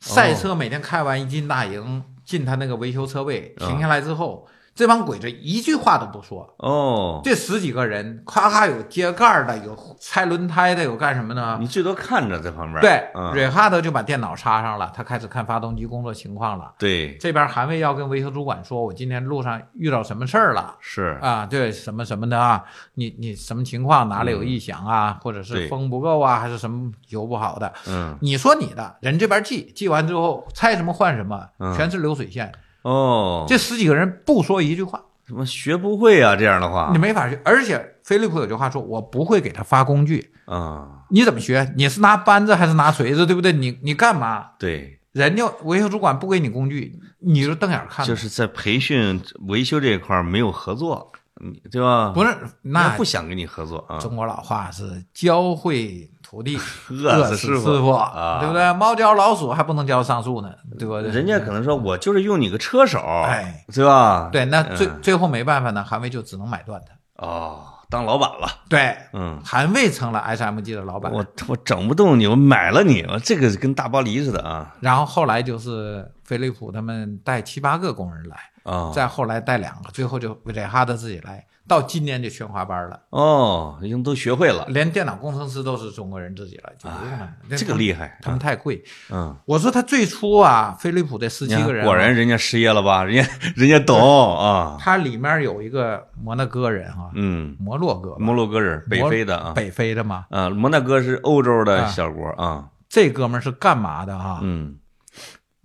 赛车每天开完一进大营，进他那个维修车位，
嗯
停下来之后，这帮鬼子一句话都不说。
哦，
这十几个人，咔咔有揭盖儿的，有拆轮胎的，有干什么呢？
你最多看着在旁边，
对，
嗯，
瑞哈德就把电脑插上了，他开始看发动机工作情况了。
对，
这边韩卫要跟维修主管说：“我今天路上遇到什么事儿了？”
是，
啊，对什么什么的啊，你你什么情况，哪里有异响啊，或者
嗯对
是风不够啊，还是什么油不好的，
嗯，
你说你的，人这边记记完之后拆什么换什么
嗯，
全是流水线，
哦，
这十几个人不说一句话，
什么学不会啊？这样的话
你，没法学。而且飞利浦有句话说，我不会给他发工具，
啊，
你怎么学？你是拿扳子还是拿锤子，对不对？你你干嘛？
对，
人家维修主管不给你工具，你就瞪眼看着
就。是在培训维修这一块儿没有合作，你对吧？
不
是，
是，那
不想跟你合作啊。
中国老话是教会徒弟
<laughs> 饿死
死
师
师
傅啊
对不对？猫教老鼠还不能教上树呢，对不对？
人家可能说，我就是用你个车手，
哎，
对吧？，
对，那最、
嗯
最后没办法呢，韩卫就只能买断他。
哦，当老板了，
对，
嗯，
韩卫成了 SMG 的老板，
我我整不动你，我买了你，我这个跟大包梨似的啊
然后后来就是飞利浦他们带七八个工人来，
啊
再后来带两个，最后就维雷哈德自己来，到今年就全华班了，
哦，已经都学会了，
连电脑工程师都是中国人自己了，就不用了。那
哎这个厉害，啊
他们太贵。
嗯，
我说他最初啊，飞利浦的十
你
七
看
个人啊，
果然人家失业了吧？人家人家懂啊，
它里面有一个摩纳哥人啊，
嗯，
摩洛哥吧，
摩洛哥人，北
摩
非的啊，
北非的嘛。
啊，摩纳哥是欧洲的小国啊，
这哥们儿是干嘛的啊？
嗯，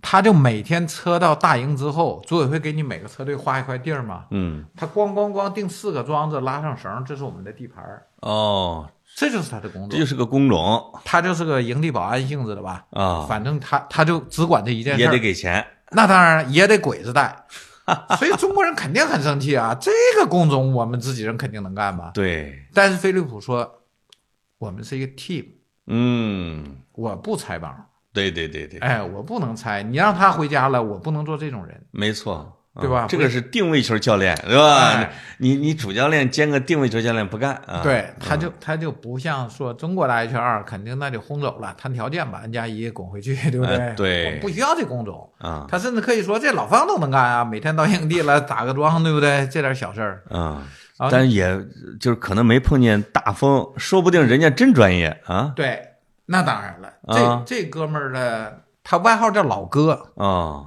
他就每天车到大营之后，组委会给你每个车队划一块地儿嘛，
嗯，
他咣咣咣定四个桩子，拉上绳，这是我们的地盘儿，
哦，
这就是他的工
这
作
就。是个工种
他就是个营地保安性质的吧，
啊，
反正他他就只管这一件事
也得
儿。
给钱。
那当然也得鬼子
<laughs>
带，所以中国人肯定很生气啊！ <laughs> 这个工种我们自己人肯定能干吧？
对，
但是飞利浦说，我们是一个 team，
嗯，
我不拆帮，
对对对对，
哎，我不能拆。你让他回家了，我不能做这种人。
没错，啊
对吧
这个是定位球教练，对吧
哎？
你你主教练兼个定位球教练不干啊？
对，他就他就不像说中国的 HR，肯定那就轰走了，谈条件吧，n 加一滚回去，对不
哎
对？
对
我们不需要这工种。
啊
他甚至可以说，这老方都能干啊，每天到营地了打个桩，对不对？这点小事儿。
啊
然，后
但也就是可能没碰见大风，说不定人家真专业啊
对，那当然了，
啊
这这哥们儿的，他外号叫老哥，
啊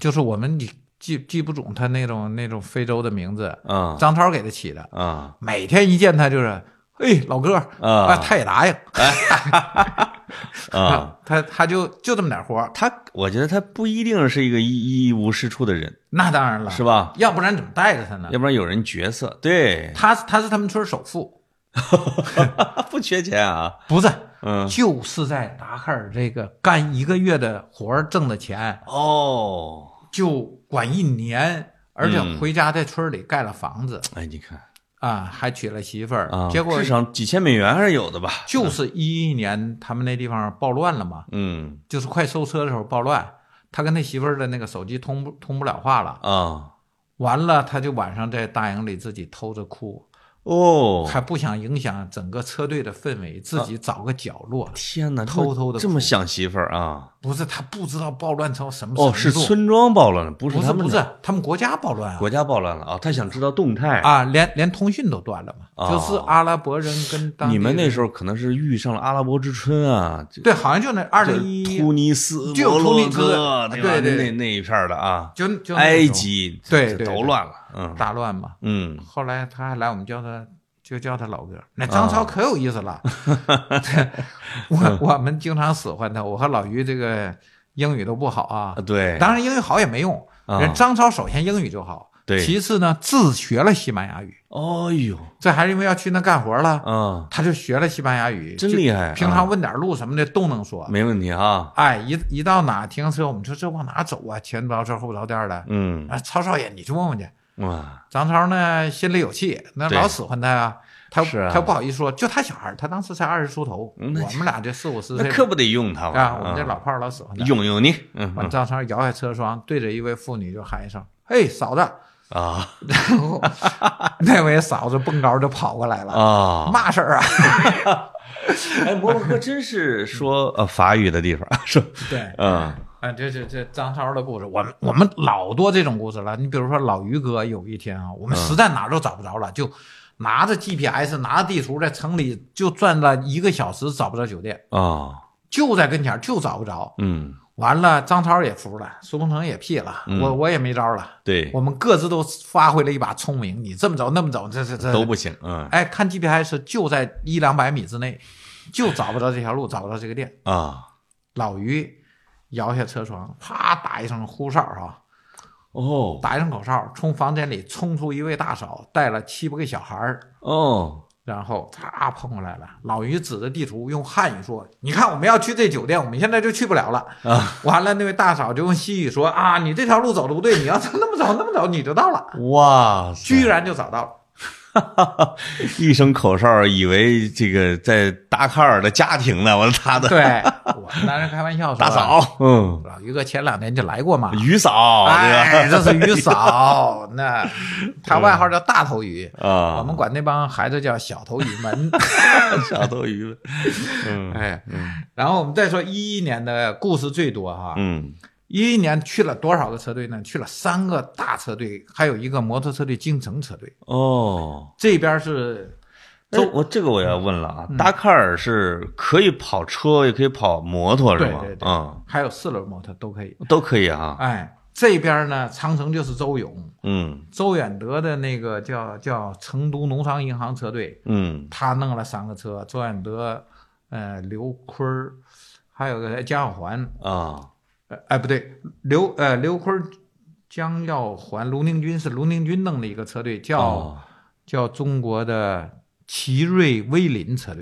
就是我们你记记不准他那种那种非洲的名字，
啊
张涛给他起的。
啊
每天一见他就是，哎，老哥，啊，
啊
他也答应 <laughs>
啊！，
他他就就这么点活儿，
他我觉得他不一定是一个一一无是处的人，
那当然了，
是吧？
要不然怎么带着他呢？
要不然有人角色，
<laughs>
对，
他他是他们村首富，
不缺钱啊，
不是，
嗯，
就是在达喀尔这个干一个月的活儿挣的钱，
哦，
就管一年，而且
嗯
回家在村里盖了房子
哎，你看
啊，还娶了媳妇儿
啊，，
结果
至少几千美元还是有的吧，
就是一一年他们那地方暴乱了嘛，
嗯
就是快收车的时候暴乱，他跟他媳妇儿的那个手机通不通不了话了。
啊，
完了，他就晚上在大营里自己偷着哭。
哦，
还不想影响整个车队的氛围，自己找个角落。
天哪，这
偷
么
偷地
这么
哭
想媳妇儿啊？
不是他不知道暴乱成什么程
哦，
度，
是村庄暴乱了，不是
不
他
是
们
不
的
是他们国家暴乱啊
国家暴乱了啊？他想知道动态。
啊，连连通讯都断了嘛，
哦
就是阿拉伯人跟当地
你们那
人
时候可能是遇上了阿拉伯之春啊，这
对，好像就那二
这
零一
突尼斯、
就有
摩
突尼
洛
斯
哥，
对
吧？
对
那那一片儿的啊，
就就那
埃
种
及，
对
这
对
都
对
乱了，嗯
大乱嘛。
嗯，
后来他还来，我们叫他就叫他老哥。
啊
那张超可有意思
<laughs>
了，我 <laughs> 我们经常使唤他。我和老于这个英语都不好啊
啊，对，
当然英语好也没用。
啊
人张超首先英语就好，
对
其次呢自学了西班牙语，
哦呦，
这还是因为要去那干活了，
啊，
他就学了西班牙语，
真
就
厉害
平
啊
常问点路什么的都能说。
没问题啊，
哎，一一到哪停车，我们说这往哪走啊？前不着村后不着店的。
嗯
啊，曹少爷，你去问问去。
哇，
张超呢心里有气，那
对
老使唤他呀，他
是啊
他不好意思说，就他小孩儿，他当时才二十出头，
嗯那
我们俩这四五十
那
岁
可不得用他
啊，
吗？
我们这老炮儿老使唤他。
用用你，嗯
完，
嗯
张超摇下车窗，对着一位妇女就喊一声：“嘿，嫂子！” <laughs>
啊
然后那位嫂子蹦高就跑过来了，
啊，
嘛事儿啊？
哎，摩洛哥真是说呃法语的地方， <laughs> 是
对，
嗯
啊，这这这张超的故事，我们我们老多这种故事了。你比如说老于哥，有一天啊，我们
嗯
实在哪儿都找不着了，就拿着 GPS，拿着地图，在城里就转了一个小时，找不着酒店，
啊
就在跟前儿就找不着。
嗯，
完了，张超也服了，苏鹏程也屁了，
嗯
我我也没招了。
对
我，们各自都发挥了一把聪明，你这么走那么走，这这这
都不行，嗯
哎，看 GPS 就在一两百米之内，就找不着这条路，找不着这个店。
啊
老于摇下车窗，啪打一声呼哨啊，
哦
打一声口哨，从房间里冲出一位大嫂，带了七八个小孩儿，
哦
然后嚓碰过来了。老于指着地图用汉语说：“你看，我们要去这酒店，我们现在就去不了了。”
啊，
<laughs> 完了，那位大嫂就用西语说：“啊，你这条路走的不对，你要是那么走那么走，你就到了。”
哇塞，
居然就找到了。
<laughs> 一声口哨，以为这个在达喀尔的家庭呢，完了他的
对， <laughs> 我们当时开玩笑
<laughs>
说，
大，嫂，嗯，
老于哥前两天就来过嘛。
于嫂，
哎，
对吧？
这是于嫂，那他外号叫大头鱼，
<laughs> 啊，
我们管那帮孩子叫小头鱼门。
小斗
<laughs>
鱼，嗯
哎，然后我们再说一一年的故事最多哈，
嗯，
一一年去了多少个车队呢？去了三个大车队，还有一个摩托车队京城车队。
哦，
这边是哎
这哦我这个我要问了啊，
嗯
达喀尔是可以跑车，也可以跑摩托是吗？
对对对
嗯，
还有四轮摩托都可以。
都可以啊，
哎，这边呢，长城就是周勇，
嗯
周远德的那个叫叫成都农商银行车队，
嗯
他弄了三个车，周远德、呃刘坤儿，还有个江耀环，
啊
呃哎不对，刘呃刘坤儿、江耀环、卢宁军是卢宁军弄的一个车队，叫、
哦，
叫中国的奇瑞威林车队。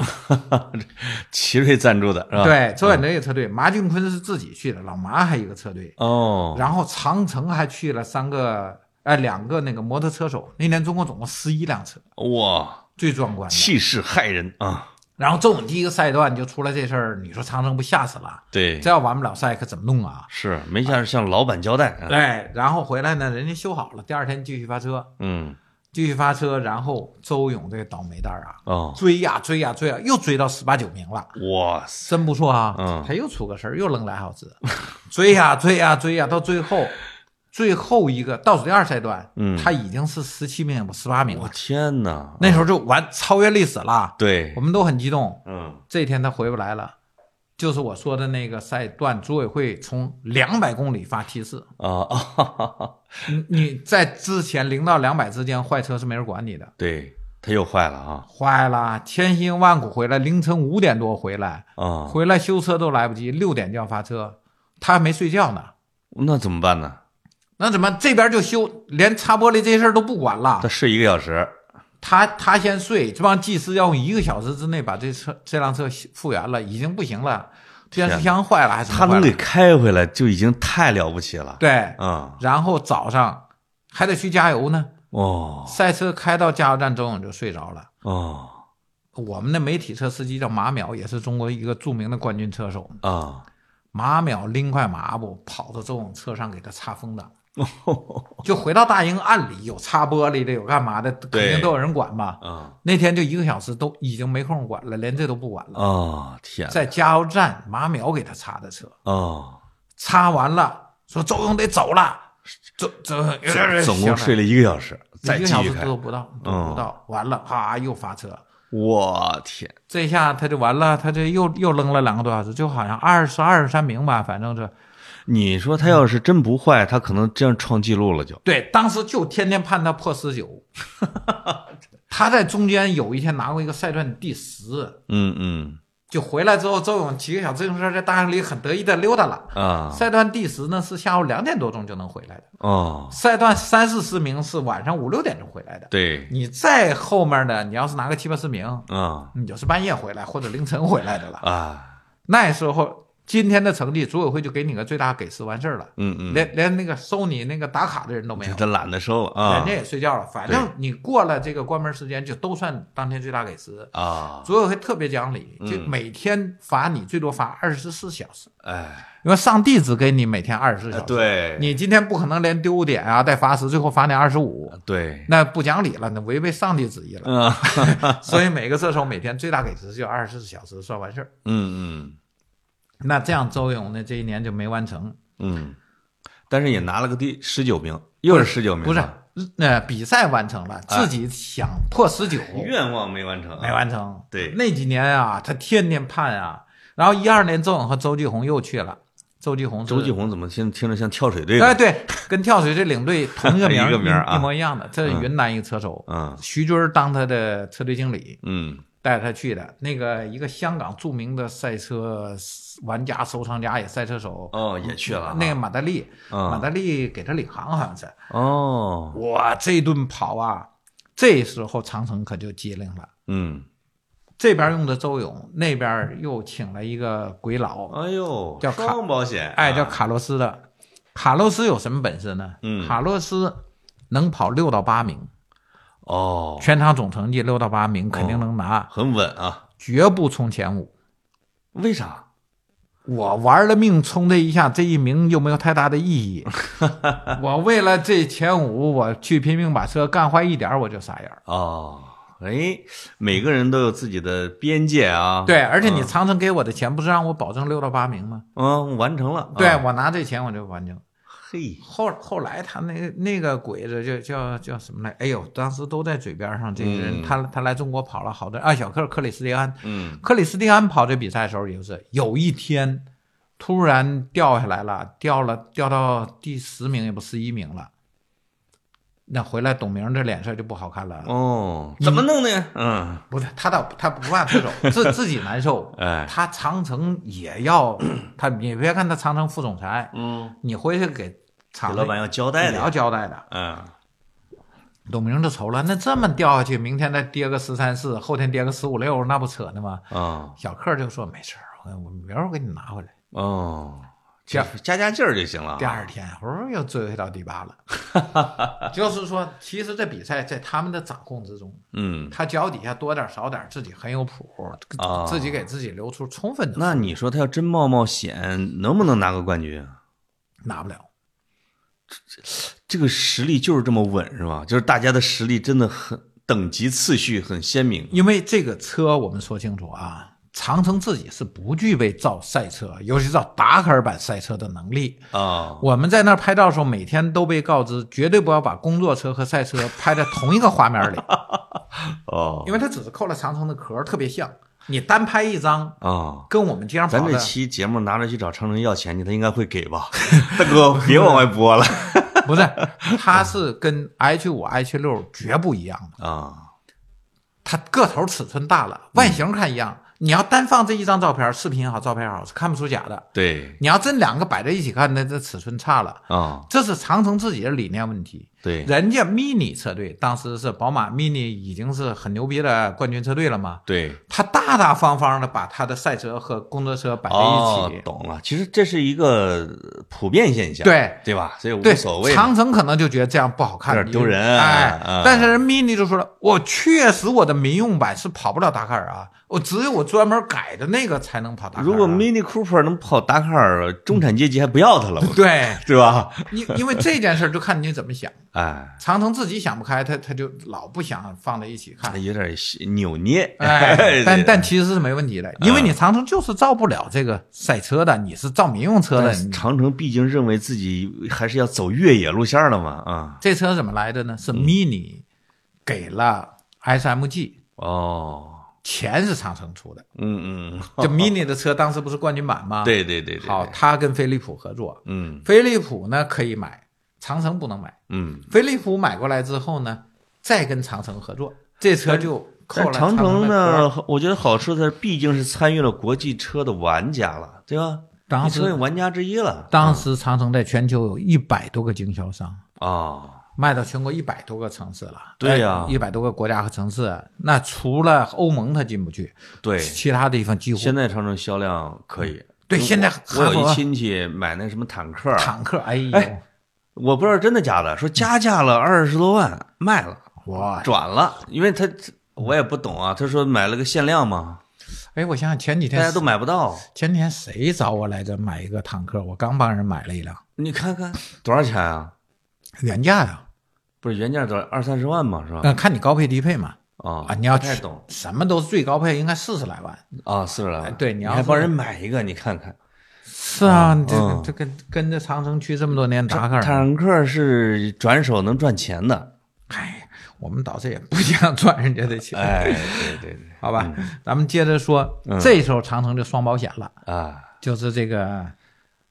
奇瑞赞助的是吧？，
对，周远德也车队，马俊坤是自己去的，老马还有一个车队，
哦，
然后长城还去了三个。哎，两个那个摩托车手，那年中国总共十一辆车，
哇，
最壮观的。
气势骇人啊！
然后周勇第一个赛段就出了这事儿，你说长城不吓死了？
对
这，要完不了赛可怎么弄啊？
是没向向老板交代啊，
哎，然后回来呢，人家修好了，第二天继续发车，
嗯
继续发车，然后周勇这个倒霉蛋儿啊，
哦，
追呀追呀追呀，又追到十八九名了，
哇塞，
真不错啊。
嗯
他又出个事儿，又扔来好子， <laughs> 追呀追呀追呀，到最后最后一个倒数第二赛段，
嗯
他已经是十七名不十八名
我
了，
天哪，
那时候就完超越历史了，
对
我，们都很激动。
嗯，
这天他回不来了。就是我说的那个赛段，组委会从两百公里发提示，
啊啊哈哈 <laughs> 哈，
你你在之前零到两百之间坏车是没人管你的，
对，他又坏了啊
坏了，千辛万苦回来，凌晨五点多回来，
啊，
回来修车都来不及，六点就要发车，他还没睡觉呢。
那怎么办呢？
那怎么这边就修，连擦玻璃这事儿都不管了
他？睡一个小时，
他他先睡，这帮技师要用一个小时之内把这车这辆车复原了，已经不行了，变速箱坏了还是
他能给开回来就已经太了不起了。
对，
啊，
然后早上还得去加油呢。
哦
赛车开到加油站，周勇就睡着了。
哦
我们的媒体车司机叫马淼，也是中国一个著名的冠军车手。
<laughs> 啊，
马淼拎块抹布跑到周勇车上给他擦风挡，就回到大英，按理有擦玻璃的，有干嘛的，肯
对
定都有人管吧。
<laughs> 啊
那天就一个小时都已经没空管了，连这都不管了。
啊！天
在加油站，马淼给他擦的车，
啊！
擦完了说周勇得走了，走走，
总共睡了一个小时，再
一个
继
小
续
时
开。
都不到，都不到，完了，啪又发车，
我天，
这下他就完了，他这又又扔了两个多小时，就好像二十二三名吧，反正是
你说他要是真不坏，他可能这样创纪录了就。
对，当时就天天判他破十
<laughs>
九，他在中间有一天拿过一个赛段第十，
嗯嗯
就回来之后，周勇骑个小自行车在大兴里很得意的溜达了。
啊
赛段第十呢是下午两点多钟就能回来的，
哦，
赛段三四十名是晚上五六点钟回来的。
对
你再后面的，你要是拿个七八十名，
啊
你就是半夜回来或者凌晨回来的了。
啊
那时候今天的成绩，组委会就给你个最大给十完事儿了，
嗯嗯，
连连那个收你那个打卡的人都没有，
他懒得收了
人
啊
家也睡觉了。反正你过了这个关门时间，就都算当天最大给十。
啊！
组委会特别讲理，就
嗯
每天罚你最多罚二十四小时，
哎，
因为上帝只给你每天二十四小时。，
啊对
你今天不可能连丢污点啊带罚十，最后罚你二十五，
啊对，
那不讲理了，那违背上帝旨意了。
<laughs> 嗯
所以每个射手每天最大给时就二十四小时算完事儿。
嗯
那这样周勇呢，这一年就没完成。
嗯嗯，但是也拿了个第十九名，又是十九名，
不是，呃，比赛完成了，
啊
自己想破十九、
愿望没完成，
没完成。
啊对
那几年啊，他天天盼啊。然后一二年，周勇和周继红又去了。周继红是，
周继红怎么听听着像跳水队
哎
的？
对，跟跳水这领队同一个名
<laughs>
儿，
一个名儿啊
一模一样的。这是云南一个车手，
嗯
徐军儿当他的车队经理，
嗯
带着他去的。那个一个香港著名的赛车玩家、收藏家也赛车手，
哦也去了啊
那个马德利，
嗯
马德利给他领航好像是。
哦
哇，这顿跑啊，这时候长城可就机灵了。
嗯，
这边用的周勇，那边又请了一个鬼佬，
哎呦，
叫卡
双保险，啊
哎，叫卡洛斯的。卡洛斯有什么本事呢？
嗯
卡洛斯能跑六到八名，
哦，
全场总成绩六到八名，肯定能拿，
很稳啊，
绝不冲前五。
为啥？
我玩了命冲这一下，这一名又没有太大的意
<laughs>
义。我为了这前五，我去拼命把车干坏一点儿，我就傻眼儿。
哦，哎，每个人都有自己的边界啊，，
对，而且你长城给我的钱不是让我保证六到八名吗？
嗯，完成了，
对
啊
我拿这钱我就完成。
嘿，
后后来他那个那个鬼子就叫叫什么来？哎呦，当时都在嘴边上。这个人、
嗯
他他来中国跑了好多啊，小克克里斯蒂安，
嗯
克里斯蒂安跑这比赛的时候也是有一天突然掉下来了，掉了掉到第十名也不十一名了。那回来董明这脸色就不好看了，
哦，怎么弄的？嗯，
不是他倒他不怕对手，自自己难受，
哎，
<laughs> 他长城也要他，你别看他长城副总裁，
嗯，
你回去给厂
给
子
老板要交代
也
的
要
呀，
交代的。
嗯，
董明就愁了，那这么掉下去，明天再跌个十三四，后天跌个十五六，那不扯呢吗？
哦
小克就说没事儿，我我明儿我给你拿回来。
哦，
第
加
二
加加劲儿就行了啊，
第二天，哦，又追回到第八了。 <laughs> 就是说，其实这比赛在他们的掌控之中，
嗯，
他脚底下多点儿少点儿，自己很有谱，
啊
自己给自己留出充分的
那你说他要真冒冒险，能不能拿个冠军啊？
拿不了。
这个实力就是这么稳，是吧？就是大家的实力真的很等级次序很鲜明。
因为这个车，我们说清楚啊，长城自己是不具备造赛车，尤其造达喀尔版赛车的能力。
啊
我们在那儿拍照的时候，每天都被告知绝对不要把工作车和赛车拍在同一个画
<laughs>
面里，
哦
因为它只是扣了长城的壳，特别像。你单拍一张，
啊！
跟我们街上
咱
跑 <laughs>
这
的
期节目拿着去找长城要钱去，他应该会给 <laughs> 吧？大哥，别往外播了
不是，它是跟 H 五、H 六绝不一样的。
啊！
它个头尺寸大了，外形看一样。你要单放这一张照片，视频也好，照片也好，是看不出假的。
对
你要真两个摆在一起看，那这尺寸差了。
啊
这是长城自己的理念问题。
对
人家 Mini 车队当时是宝马 Mini 已经是很牛逼的冠军车队了嘛，
对，
他大大方方的把他的赛车和工作车摆在一
哦
起，，
懂了。其实这是一个普遍现象，
对
对吧？所以无
对，
所谓嘛。
长城可能就觉得这样不好看，
有点丢人啊
哎，
嗯
但是人 Mini 就说了，我确实我的民用版是跑不了达喀尔啊，我只有我专门改的那个才能跑达喀尔啊、
如果 Mini Cooper 能跑达喀尔，中产阶级还不要它了，我
对，
对吧？
因因为这件事儿就看你怎么想。
哎，
长城自己想不开，他他就老不想放在一起看。
有点扭捏。，
哎
<laughs>
但但其实是没问题
嗯
的，因为你长城就是造不了这个赛车的，你是造民用车的
但。是
你
长城毕竟认为自己还是要走越野路线的嘛，啊，
这车怎么来的呢？
嗯
是 Mini 给了 SMG，
哦，
钱是长城出的。
嗯嗯， <laughs>
就 Mini 的车当时不是冠军版吗？，
对对对对，
好，
对，
他跟飞利浦合作，
嗯
飞利浦呢可以买，长城不能买。
嗯，
飞利浦买过来之后呢，再跟长城合作，这车就扣
但
了
长
城
城
的壳儿。
呢，我觉得好处它毕竟是参与了国际车的玩家了，对吧？
当
你成为
时
玩家之一了，
当时长城在全球有一百多个经销商，
啊，
卖到全国一百多个城市了。哎
对呀
一百多个国家和城市，那除了欧盟它进不去，
对，
其他地方几乎嗯
现在长城销量可以。
对
我
现在
我有
哈
一
佛
亲戚买那什么坦克，
坦克，哎呦，
哎我不知道真的假的，说加价了二十多万，卖了，
哇！
转了，因为他我也不懂啊，他说买了个限量嘛，
哎，我想想前几
大
天
家都买不到。
前天谁找我来着买一个坦克？我刚帮人买了一辆，
你看看多少钱啊？
原价呀、
不是原价多少二三十万嘛，是吧？
嗯，看你高配低配嘛。
啊
啊，你要
不太
去
懂
什么都是最高配，应该四十来万。
啊，四十来
哎
万。
对你要
还
是
帮人买一个，你看看。
是啊，这
嗯
个这跟跟着长城区这么多年达喀尔，
坦克是转手能赚钱的。
<laughs> 哎，我们倒是也不想赚人家的钱，
哎，对对对，
好吧？
嗯
咱们接着说，这时候长城就双保险了，
啊，
就是这个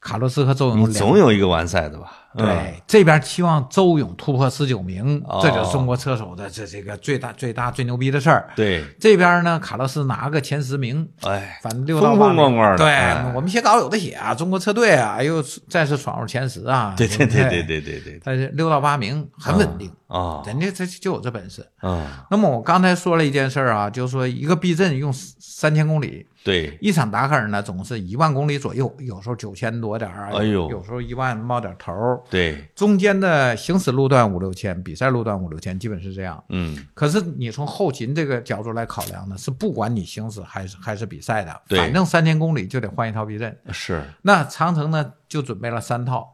卡洛斯和周
你
勇两
总有一个完赛的吧？嗯，
对，这边期望周勇突破十九名
哦，
这就是中国车手的这这个最大最大最牛逼的事儿。
对，
这边呢，卡洛斯拿个前十名，
哎，
反正六到
风
八
风光光的
对、
哎
我们写稿有的写啊，中国车队啊，哎呦，再次闯入前十啊。
对对对对
对，
对对对，
但是六到八名很稳定，
啊
人家这就有这本事。
啊，
那么我刚才说了一件事儿啊，就是说一个避震用三千公里，
对，
一场达喀尔呢总是一万公里左右，有时候九千多点儿啊，
哎呦
有时候一万冒点头儿。
对，
中间的行驶路段五六千，比赛路段五六千，基本是这样。
嗯，
可是你从后勤这个角度来考量呢，是不管你行驶还是还是比赛的，
对
反正三千公里就得换一套避震。
是，
那长城呢就准备了
<laughs>
三套，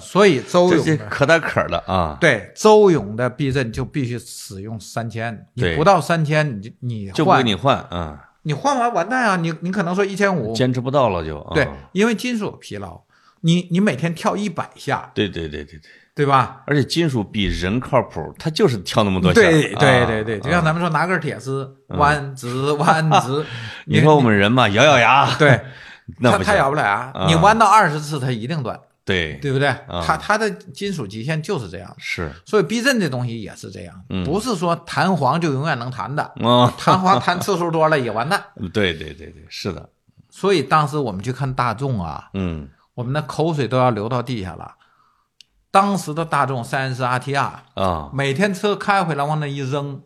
所以周
这
勇
这
呢
可大可的啊，
对周勇的避震就必须使用三千，
对
你不到三千你就你
就不给
换
你换啊，
你换完完蛋啊！你你可能说一千五，
坚持不到了就。啊
对，因为金属有疲劳，你你每天跳一百下，
对对对对对，
对吧？
而且金属比人靠谱，它就是跳那么多下。
对对
啊
对对，就
啊，
像咱们说拿根铁丝弯直弯直
<laughs> 你说我们人嘛，咬咬牙，
对，
<laughs> 那
它
不
它咬
行。
不了啊
啊，
你弯到二十次它一定断，
对，
对不对？它它的金属极限就是这样的，
是
所以避震这东西也是这样，
嗯
不是说弹簧就永远能弹
<laughs>
的，
啊，
弹簧弹次数多了也完蛋。
对对对对，是的，
所以当时我们去看大众啊，
嗯，
我们的口水都要流到地下了。当时的大众三十 RTR
啊，
每天车开回来往那一扔，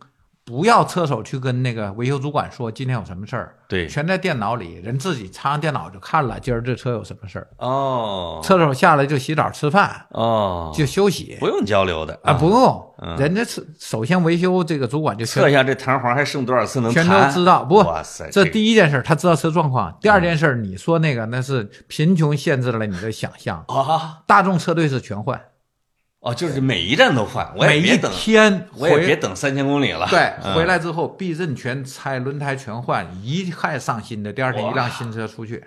不要车手去跟那个维修主管说今天有什么事儿，
对，
全在电脑里，人自己插上电脑就看了今儿这车有什么事儿。
哦，
车手下来就洗澡吃饭
哦，
就休息
不用交流的
啊，不用
嗯，
人家是首先维修这个主管就
测
全
一下这弹簧还剩多少次能
全
弹？
都知道，不，
哇塞，
这
个
第一件事他知道车状况，第二件事你说那个那是贫穷限制了你的想象，
啊
大众车队是全换，
哦，就是每一站都换，我
每
也别
一
等，
天
我也别
回。
等三千公里了。
对，
嗯
回来之后避震全拆，轮胎全换，一概上新的。第二天一辆新车出去，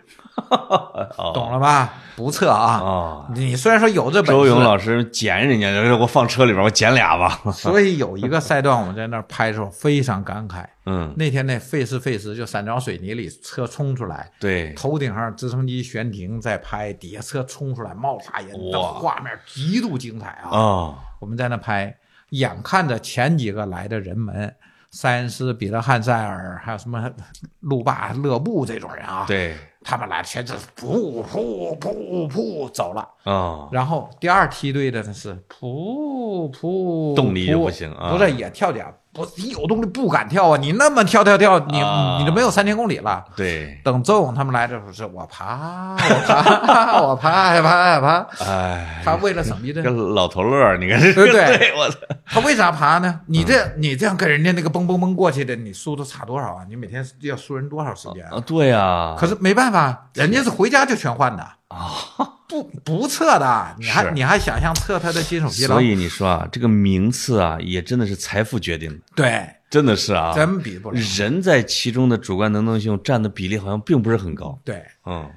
哦
懂了吧？不测啊，
哦，
你虽然说有这本事，
周勇老师捡人家，就是我放车里边，我捡俩
<laughs>
吧。
所以有一个赛段我们在那儿拍的时候非常感慨。
嗯，
那天那费时费时就散装水泥里车冲出来，
对，
头顶上直升机悬停在拍，底下车冲出来冒大烟，那
哇
画面极度精彩啊！
哦，
我们在那拍，眼看着前几个来的人们，塞恩斯、彼得汉塞尔，还有什么路霸、勒布这种人啊，
对，
他们来全是噗噗噗噗走了。
啊，
然后第二梯队的呢是噗噗，
动力就
噗
不行啊
不是也跳点儿，不一有动力不敢跳啊！你那么跳跳跳，你、
啊
你都没有三千公里了。
对，
等周勇他们来的时候，是我爬，我爬， <laughs> 我爬，爬，爬。 <laughs>
哎，
他为了省
<laughs>
地震，
跟老头乐儿，你看 <laughs> 这，
呃对对
对，我操，
他为啥爬
嗯
呢？你这你这样跟人家那个蹦蹦蹦过去的，你速度差多少啊？你每天要输人多少时间啊？
啊，对呀，
可是没办法，人家是回家就全换的
啊，
<laughs> 不不测的，你还
是
你还想象测他的金属疲劳
所？以你说啊，这个名次啊，也真的是财富决定的，
对，
真的是啊，
真比不了。
人在其中的主观能动性占的比例好像并不是很高，
对，
嗯，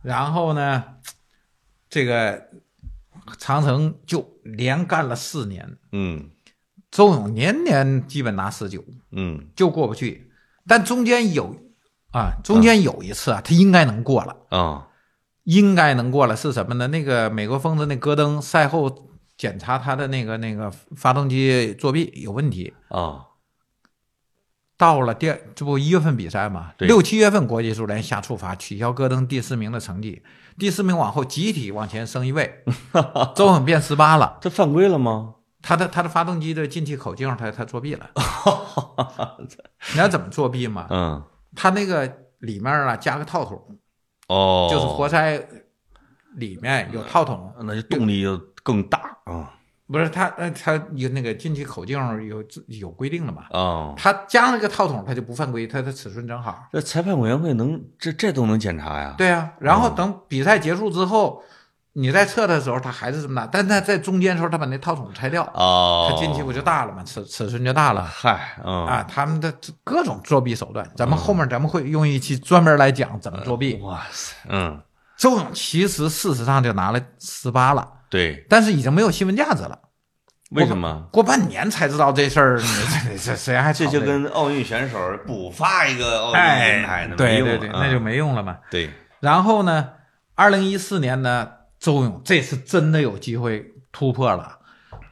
然后呢，这个长城就连干了四年，
嗯
周勇年年基本拿十九，
嗯
就过不去。但中间有啊，中
嗯
间有一次啊，他应该能过了，
啊
应该能过了是什么呢？那个美国疯子那戈登赛后检查他的那个那个发动机作弊有问题。
啊
到了第二，这不一月份比赛嘛，
对
六七月份国际足联下处罚，取消戈登第四名的成绩，第四名往后集体往前升一位，周勇变十八了。
这犯规了吗？
他的他的发动机的进气口径，他他作弊了。你知道怎么作弊吗？
嗯，
他那个里面啊加个套筒，
哦，
就是活塞里面有套筒，
那就动力就更大啊
不是他呃他有那个进气口径有有规定的嘛
啊。。哦
他加那个套筒，他就不犯规，他的尺寸正好。
这裁判委员会能这这都能检查呀？
对啊，然后等比赛结束之后，你在测的时候，它还是这么大，但他在中间的时候，他把那套筒拆掉，
哦，
它进去不就大了嘛，尺尺寸就大了
嗨，嗯
啊。他们的各种作弊手段，咱们后面咱们会用一期专门来讲怎么作弊。
哦哇塞，嗯，
周勇其实事实上就拿了十八了，
对，
但是已经没有新闻价值了。
为什么？
过半年才知道这事儿，你这这这谁还
这
吵
就
个
跟奥运选手补发一个奥运银牌
哎
呢，，
对
没用
对
了
对，
啊
那就没用了嘛。
对，
然后呢，二零一四年呢，周勇这次真的有机会突破了。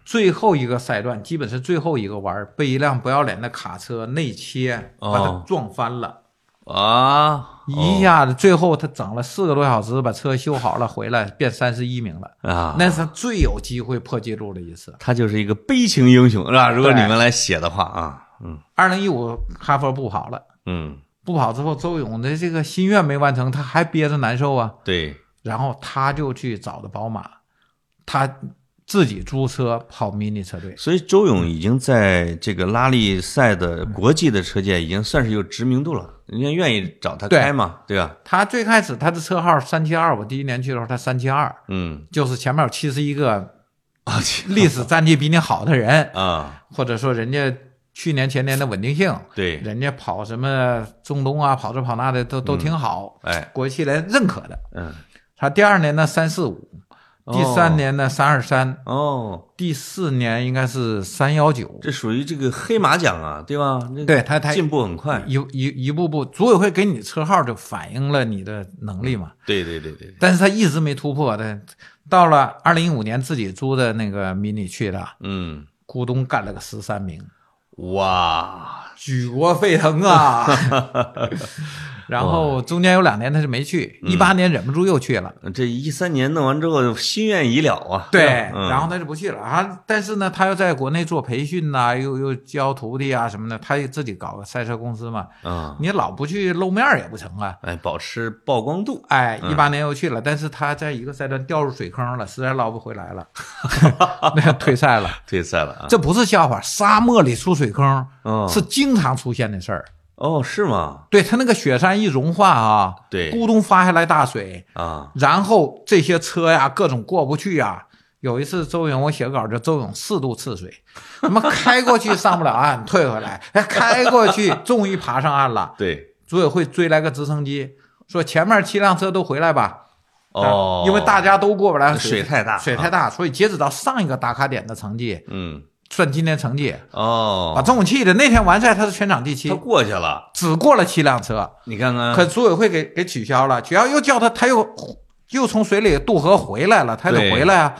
最后一个赛段，基本是最后一个弯儿，被一辆不要脸的卡车内切，
哦
把他撞翻了。
啊，
一下子，最后他整了四个多小时，把车修好了，回来变三十一名了。
哦啊，
那是他最有机会破纪录的一次。
他就是一个悲情英雄，是吧？如果你们来写的话啊，嗯
二零一五哈佛不跑了，
嗯，
不跑之后，周勇的这个心愿没完成，他还憋着难受啊。
对，
然后他就去找的宝马，他自己租车跑 mini 车队。
所以周勇已经在这个拉力赛的国际的车界已经算是有知名度了，人家愿意找他开嘛，对吧？
他最开始他的车号三七二，我第一年去的时候他三七二， <laughs>
嗯
就是前面有七十一个
啊
哦历史战绩比你好的人，
<laughs> 啊，
或者说人家去年前年的稳定性，
对，
人家跑什么中东啊，跑这跑那的都都挺好，
哎，
国际联认可的。
嗯，
他第二年呢三四五， <laughs> 第三年呢三二三，
哦，
第四年应该是三幺九，
这属于这个黑马奖啊，对吧？那
对他他
进步很快，
啊一一一步步，组委会给你车号就反映了你的能力嘛。
对对对对对，
但是他一直没突破的，到了二零一五年自己租的那个 mini 去的，
嗯，
咕咚干了个十三名，
哇，
举国沸腾啊！然后中间有两年他是没去，一八年忍不住又去了，
这一三年弄完之后心愿已了啊，
对，
嗯
然后他就不去了啊。但是呢，他又在国内做培训呐、又又教徒弟啊什么的，他也自己搞个赛车公司嘛，
啊，
你老不去露面儿也不成啊。
哎，保持曝光度，
哎，一八年又去了，但是他在一个赛段掉入水坑了，实在捞不回来了， <laughs> 那退赛了。
退赛了啊，
这不是笑话，沙漠里出水坑、
哦
是经常出现的事儿。
哦是吗？
对他那个雪山一融化啊，
对
咕咚发下来大水，
啊，
然后这些车呀各种过不去呀。有一次周勇，我写稿叫周勇四度赤水，他妈开过去上不了岸，退回来，哎开过去终于爬上岸了。
对，
组委会追来个直升机，说前面七辆车都回来吧。
哦，
啊因为大家都过不来，
水太大
水太大，所以截止到上一个打卡点的成绩，
嗯，
算今天成绩，把
哦，
中午气的那天完赛他是全场第七
他，嗯过去了，
只过了七辆车，
你看看，
可组委会给给取消了，取消又叫他，他又又从水里渡河回来了，他得
对
回来啊，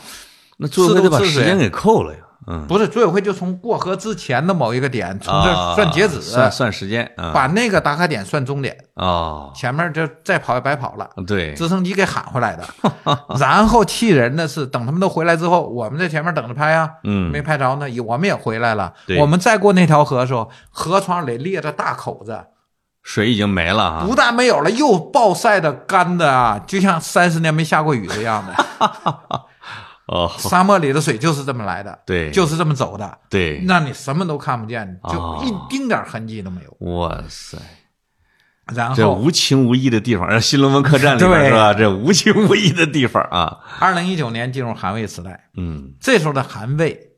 那最后得把时间给扣了呀，嗯，
不是组委会就从过河之前的某一个点，从这儿算截止，
啊算算时间啊
把那个打卡点算终点，
哦，
前面这再跑也白跑了。
对，
直升机给喊回来的，然后气人的是，等他们都回来之后，我们在前面等着拍啊，
嗯
没拍着呢，也我们也回来了
对。
我们再过那条河的时候，河床里裂着大口
啊
子，
水已经没了啊
不，但没有了，又暴晒的干的啊，就像三十年没下过雨这样
<laughs>
的。
哦，
沙漠里的水就是这么来的，
对，
就是这么走的，
对，
让你什么都看不见，
哦
就一丁点痕迹都没有。
哇塞，
然
这
后，
无情无义的地方，呃新龙门客栈里边
对
是吧？这无情无义的地方啊，
二零一九年进入韩魏时代，
嗯，
这时候的韩魏，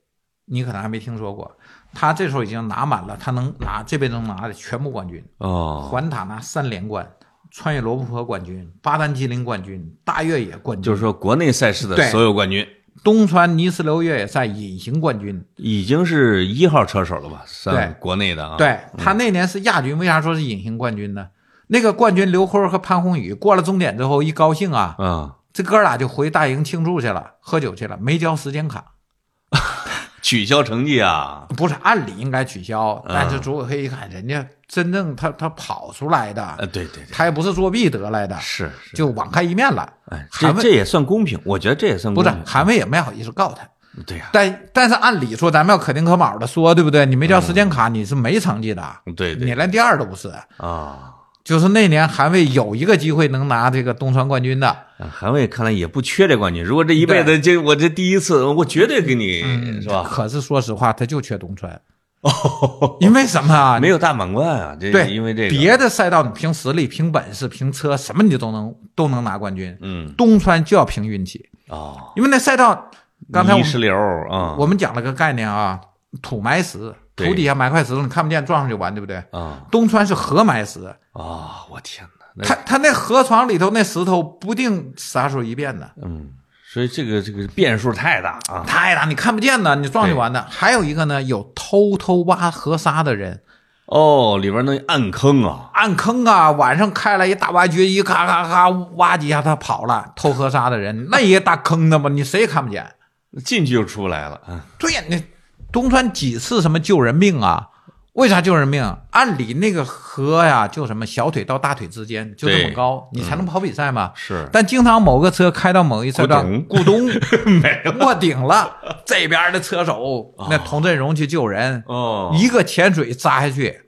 你可能还没听说过，他这时候已经拿满了，他能拿这辈子能拿的全部冠军，
哦，
环塔拿三连冠，穿越罗布泊冠军，巴丹吉林冠军，大越野冠军，
就是说国内赛事的
对
所有冠军
东川泥石流越野赛隐形冠军。
已经是一号车手了吧？算
对
国内的啊，，
对他那年是亚军，为啥说是隐形冠军呢？那个冠军刘辉和潘宏宇过了终点之后一高兴啊，
嗯，
这哥俩就回大营庆祝去了，喝酒去了，没交时间卡。
取消成绩啊，
不是按理应该取消，
嗯
但是组委会一看，人家真正他他跑出来
呃，
的，
对对对，
他也不是作弊得来的，
是是，
就网开一面了。
哎，这
韩魏
这也算公平，我觉得这也算
不
公
是
平，
韩卫也没好意思告他，
对呀，
但但是按理说咱们要可丁可卯的说，对不对？你没交时间卡，你是没成绩的，
嗯对
你
对
连第二都不是。
啊，
就是那年韩卫有一个机会能拿这个东川冠军的，
哎韩卫看来也不缺这冠军，如果这一辈子就我这第一次，我绝对给
嗯
你嗯是吧？哦
可是说实话，他就缺东川，因为什么啊？
没有大满贯啊，这
对，
因为这个
别的赛道你凭实力、凭本事、凭车什么你都能都能拿冠军，
嗯
东川就要凭运气，
哦，
因为那赛道刚才我
泥
们
石流啊，
我们讲了个概念啊，土埋石，
对
土底下埋块石头，你看不见撞上就完，对不对？
啊
东川是河埋石，
啊，我天哪，那
它它那河床里头那石头不定啥时候一变呢，
嗯，所以这个这个变数太大啊，
太大你看不见呢，你撞就完的。还有一个呢，有偷偷挖河沙的人，
哦，里边那暗坑啊，
暗坑啊，晚上开了一大挖掘机，咔咔咔挖几下他跑了，偷河沙的人那也大坑的嘛，你谁也看不见。
进去就出来了啊，
对呀，你东川几次什么救人命啊？为啥救人命啊？按理那个河呀，就什么小腿到大腿之间就这
对
么高，你才能跑比赛嘛。
是
但经常某个车开到某一赛道，咕咚
没
没顶了，这边的车手那童振荣去救人，
哦，
一个潜水扎下去，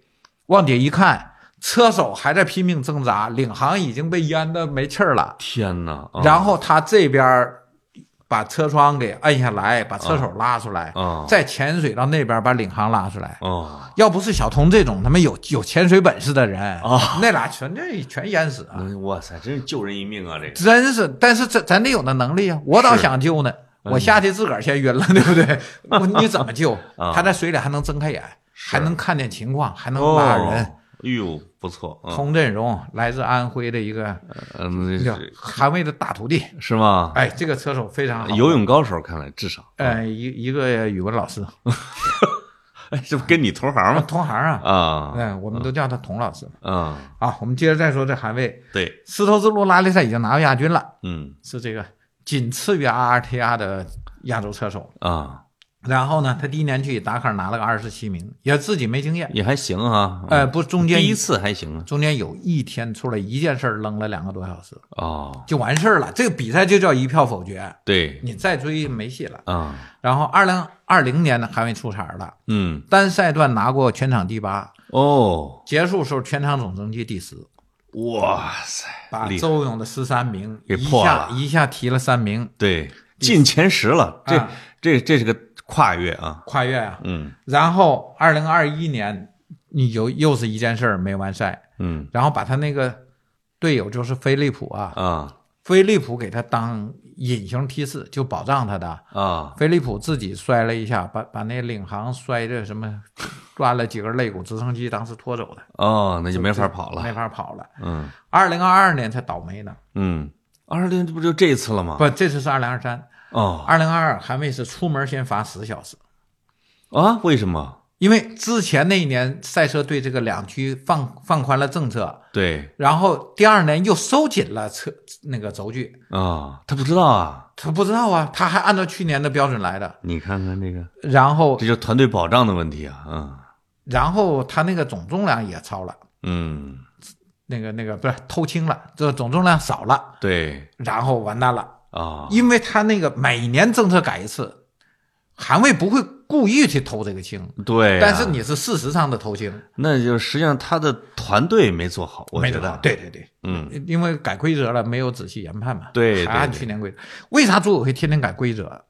往底下一看，车手还在拼命挣扎，领航已经被淹的没气儿了。
天哪，啊
然后他这边儿把车窗给摁下来，把车手拉出来，
啊
再潜水到那边把领航拉出来。
哦，
要不是小童这种他妈有有潜水本事的人，
啊
那俩全这全淹死啊！
那哇塞，真是救人一命啊，这个
真是，但是这咱得有那能力啊！我倒
是
想救呢，我下去自个儿先晕了， <laughs> 对不对？我你怎么救？
啊
他在水里还能睁开眼，
是
还能看见情况，还能拉人。
哦哎呦，不错，嗯
童振荣来自安徽的一个
嗯，
叫
是
韩魏的大徒弟，
是吗？
哎，这个车手非常好，
游泳高手看来至少， <laughs>
呃一一个语文老师，
哎，这不跟你同行吗？
同行啊，
啊，
嗯，我们都叫他童老师
嗯，
啊。我们接着再说这韩魏，
对，
丝绸之路拉力赛已经拿到亚军了，
嗯
是这个仅次于 RRTR 的亚洲车手。
啊，
然后呢，他第一年去达喀尔拿了个二十七名，也自己没经验。
也还行啊，嗯
呃，不，中间
第一次还行啊，
中间有一天出了一件事儿，扔了两个多小时
哦，
就完事儿了。这个比赛就叫一票否决，
对，
你再追没戏了。
啊，
然后二零二零年呢，韩魏出彩了，
嗯，
单赛段拿过全场第八，
哦，
结束时候全场总成绩第十，
哇塞，
把
厉害，
周勇的十三名
给
一
破
下
了
一下提了三名，
对，进前十了，这、
啊
这这是个跨越啊，
跨越啊。
嗯
然后二零二一年，你有又是一件事儿没完赛，
嗯
然后把他那个队友就是菲利普啊，
啊
菲利普给他当隐形提示，就保障他的。
啊，
菲利普自己摔了一下，把把那领航摔的什么，断了几根肋骨，直升机当时拖走的，
哦，那就没法跑了
没，法跑了。
嗯
二零二二年才倒霉呢，
嗯，二零这不就这次了吗？
不，这次是二零二三，
哦
二零二二韩卫是出门先罚十小时，
啊，为什么？
因为之前那一年赛车对这个两驱放放宽了政策，
对
然后第二年又收紧了车那个轴距，
啊、他不知道啊，
他不知道啊，他还按照去年的标准来的。
你看看这个，
然后，
这就是团队保障的问题啊，
然后他那个总重量也超了，
嗯嗯，
那个那个不是偷轻了，这总重量少了，
对
然后完蛋了，
啊，
因为他那个每年政策改一次，韩卫不会故意去偷这个轻，
对啊、
但是你是事实上的偷轻，
那就实际上他的团队没做好，我
没
觉
得
得，啊
到，对对对，
嗯，
因为改规则了，没有仔细研判嘛。
对对
还按
对
去年规则。为啥组委会天天改规则？啊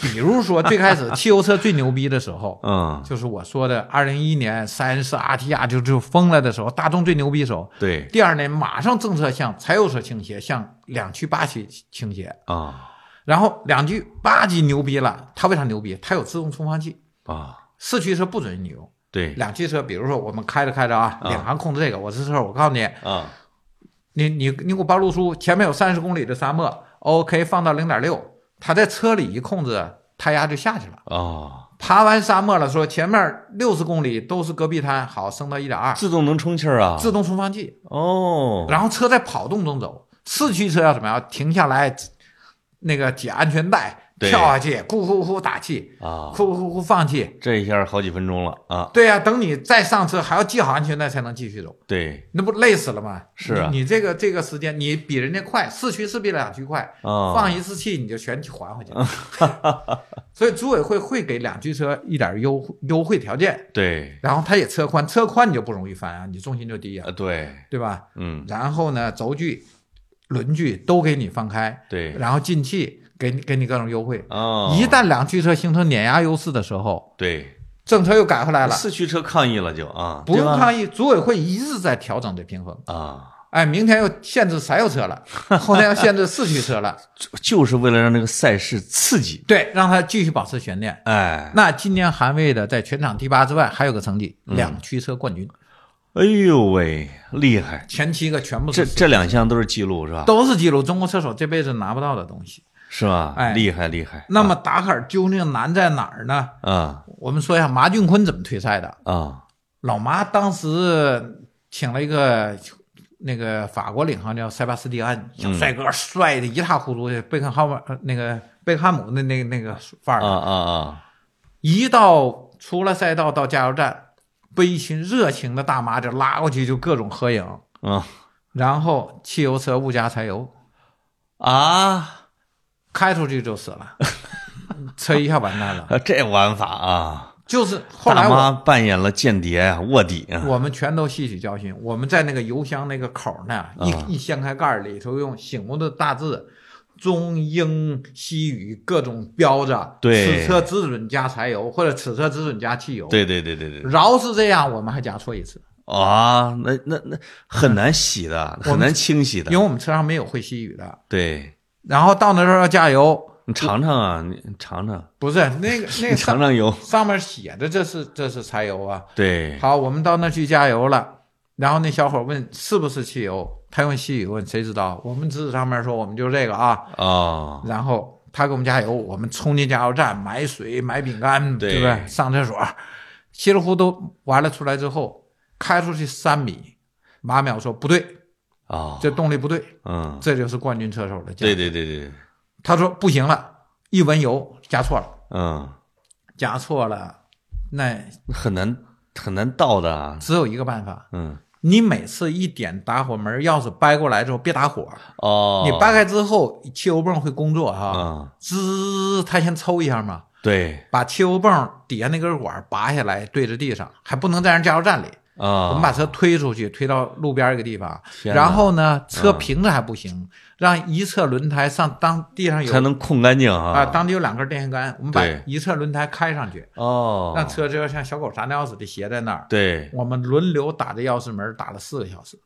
比如说最
<laughs>
开始汽油车最牛逼的时候，
嗯，
就是我说的二零一一年三十 RT 啊就就疯了的时候，大众最牛逼的时候。
对
第二年马上政策向柴油车倾斜，向两驱八驱倾斜。
啊
然后两驱八级牛逼了，它为啥牛逼？它有自动充放器，
啊，
四驱车不准你油。
对
两驱车，比如说我们开着开着啊，
啊
领航控制这个，我这车我告诉你，
啊，
你你你给我报路书，前面有三十公里的沙漠，OK，放到零点六，他在车里一控制，胎压就下去了。
哦，
爬完沙漠了，说前面六十公里都是戈壁滩，好升到一点二，
自动能充气儿啊，
自动充放器，
哦，
然后车在跑动中走。四驱车要怎么样？停下来，那个解安全带，
对
跳下去，呼呼呼打气，
啊，
呼呼呼放气。
这一下好几分钟了啊，
对呀、等你再上车，还要系好安全带才能继续走，
对
那不累死了吗？
是啊
你你这个这个时间，你比人家快，四驱是比两驱快，
啊，
放一次气你就全还回去。 <laughs> 所以组委会会给两驱车一点优惠优惠条件，
对
然后它也车宽，车宽你就不容易翻啊，你重心就低啊
啊，对，
对吧？
嗯
然后呢，轴距、轮距都给你放开，
对
然后进气给你给你各种优惠。
哦，
一旦两驱车形成碾压优势的时候，
对
政策又改回来了，
四驱车抗议了就啊，
不用
对吧
抗议，组委会一直在调整这平衡。
啊，
哎，明天又限制柴油车
<laughs>
了，后天要限制四驱车了，
就就是为了让这个赛事刺激，
对，让它继续保持悬念。
哎，
那今年韩卫的在全场第八之外还有个
嗯
成绩，两驱车冠军，
哎呦喂，厉害，
前七个全部
这
是
这两项都是记录是吧？
都是记录，中国车手这辈子拿不到的东西。
是吧？
哎
厉害厉害，
那么达喀尔究竟难在哪儿呢？
啊
我们说一下马俊坤怎么退赛的。
啊，
老马当时请了一个那个法国领航叫塞巴斯蒂安，
嗯
小帅哥，帅的一塌糊涂的，贝克汉姆呃那个贝克汉姆的那那个范儿
啊。啊啊！
一到出了赛道到加油站，被一群热情的大妈就拉过去就各种合影。
啊
然后汽油车误加柴油，
啊！
开出去就死了，
<laughs>
车一下完蛋了。
这玩法啊，
就是后来
大妈
我
扮演了间谍啊、卧底啊，
我们全都吸取教训，我们在那个油箱那个口呢，
啊
一一掀开盖儿，里头用醒目的大字。中英西语各种标着，
对
此车只准加柴油，或者此车只准加汽油。，
对对对对对，
饶是这样，我们还加错一次，
啊，那那那很难洗的，
我们
很难清洗
因为
的，
我们车上没有会西语的。
对
然后到那时候要加油，
你尝尝啊，你你尝尝，
不是那个
<laughs>
那
你
个
尝
上
尝油，
上面写的这是这是柴油啊，
对
好，我们到那儿去加油了。然后那小伙问是不是汽油，他用西语问，谁知道？我们指指上面说我们就这个啊。
啊，
然后他给我们加油，我们冲进加油站买水、买饼干，
对
对不对？上厕所，稀里糊涂完了出来之后，开出去三米，马淼说不对，
啊，
这动力不对，
嗯，
这就是冠军车手的价
对。对对对，
他说不行了，一闻油加错了，
嗯，
加错了，那
很难很难倒的啊，
只有一个办法，
嗯，
你每次一点打火门，钥匙掰过来之后别打火，
哦，
你掰开之后汽油泵会工作哈，
啊，
滋，它先抽一下嘛，
对
把汽油泵底下那根管拔下来对着地上，还不能在人加油站里，
啊，
我们把车推出去，推到路边一个地方，
天哪嗯
然后呢，车平着还不行，让一侧轮胎上当地上有
才能控干净啊
啊，当地有两根电线杆，我们把
对
一侧轮胎开上去，
哦，
让车就像小狗撒尿似的斜在那儿，
对
我们轮流打着钥匙门打了四个小时。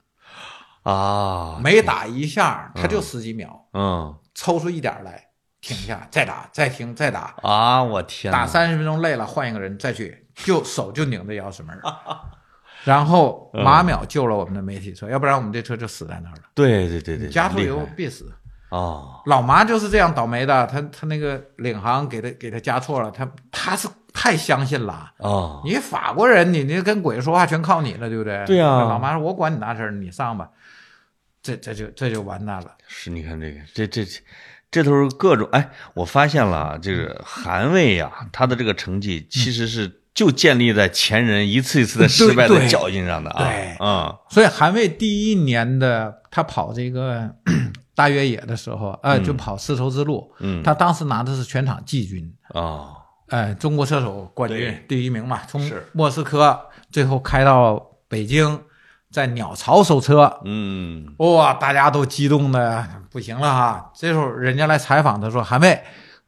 啊，
每打一下，它就十几秒，
嗯
抽出一点儿来，停下，再打，再停，再打，
啊，我天哪，
打三十分钟累了，换一个人再去，就手就拧着钥匙门儿。然后
嗯
马淼救了我们的媒体车，要不然我们这车就死在那儿了。
对对对对，
加速
厉
油
害
必死，
哦，
老麻就是这样倒霉的，他他那个领航给他给他加错了，他他是太相信了。
啊，
你法国人，你你跟鬼说话全靠你了，对不对？
对啊
老妈说：“我管你那事儿，你上吧。”这这就这就完蛋了。
是，你看这个，这这这这都是各种哎，我发现了啊这个韩魏呀、
嗯
他的这个成绩其实是就建立在前人一次一次的失败的
对
教训上的啊，
对
啊、
所以韩卫第一年的他跑这个 <clears throat> 大越野的时候，呃，就跑丝绸之路，
嗯
他当时拿的是全场季军，
啊，
呃，中国车手冠军
对
第一名嘛，从
是
莫斯科最后开到北京，在鸟巢收车，
嗯，
哇，大家都激动的不行了哈。这时候人家来采访他说：“韩卫，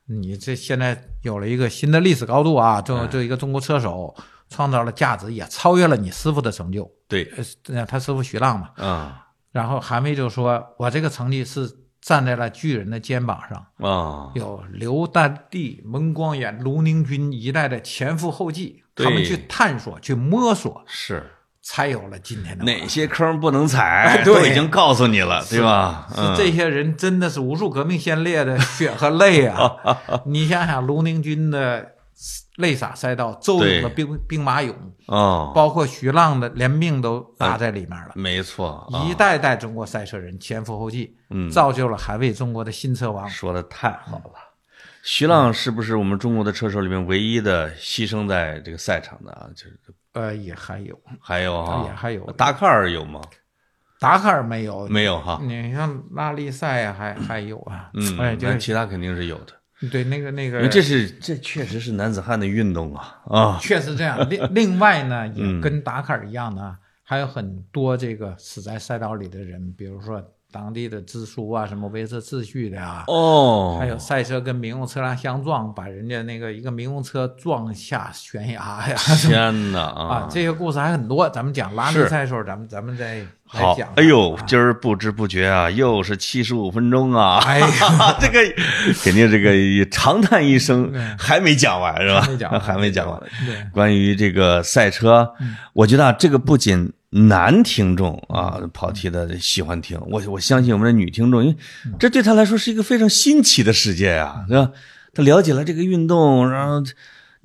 你这现在有了一个新的历史高度啊，
嗯
这这一个中国车手创造了价值，也超越了你师傅的成就。
对，
呃，他师傅徐浪嘛。
啊
然后韩卫就说：“我这个成绩是站在了巨人的肩膀上，
啊，
有刘丹帝、蒙光远、卢宁军一代的前赴后继，
对
他们去探索、去摸索，
是
才有了今天的我。
哪些坑不能踩，
<laughs> 对
都已经告诉你了，对吧？
是
嗯
这些人真的是无数革命先烈的血和
<laughs>
泪啊！你想想，卢宁军的泪洒赛道，周勇的
对
兵兵马俑，
哦，
包括徐浪的连命都搭在里面了。
没错，啊
一代代中国赛车人前赴后继，
嗯
造就了韩魏中国的新车王。
说的太好了。
嗯
徐浪是不是我们中国的车手里面唯一的牺牲在这个赛场的啊？就是
呃，也还有
还有啊，
也哎还有嗯
达喀尔有吗？
达喀尔没有，
没有哈，
你像拉力赛还还有啊，
嗯，
哎，就
那
是
其他肯定是有的，
对那个那
因
个
为，这是这确实是男子汉的运动啊啊，
确实这样。另另外呢，
嗯
也跟达喀尔一样呢，还有很多这个死在赛道里的人，比如说当地的支书啊，什么维持秩序的啊，
哦，
还有赛车跟民用车辆相撞，把人家那个一个民用车撞下悬崖呀。
<laughs> 天哪
啊
啊，，
这些故事还很多，咱们讲拉力
是
赛的时候，咱们咱们再来
好
讲。，啊
哎呦，，今儿不知不觉啊，又是七十五分钟啊，
<laughs> 哎呀，
这个肯定这个长叹一声
对，
还没讲完是吧？
还没讲完
<laughs> 还没讲完。
对，嗯
关于这个赛车，我觉得啊，这个不仅男听众啊跑题的喜欢听，
嗯
我我相信我们的女听众，因为这对她来说是一个非常新奇的世界
嗯
啊，对吧？她了解了这个运动，然后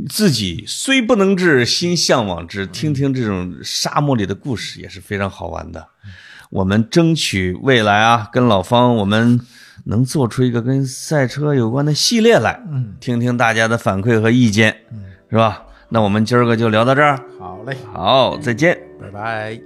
自己虽不能至，心向往之。
嗯
听听这种沙漠里的故事也是非常好玩的。
嗯
我们争取未来啊，跟老方我们能做出一个跟赛车有关的系列来，
嗯，
听听大家的反馈和意见，是吧？那我们今儿个就聊到这儿，
好嘞，
好，再见。
拜拜。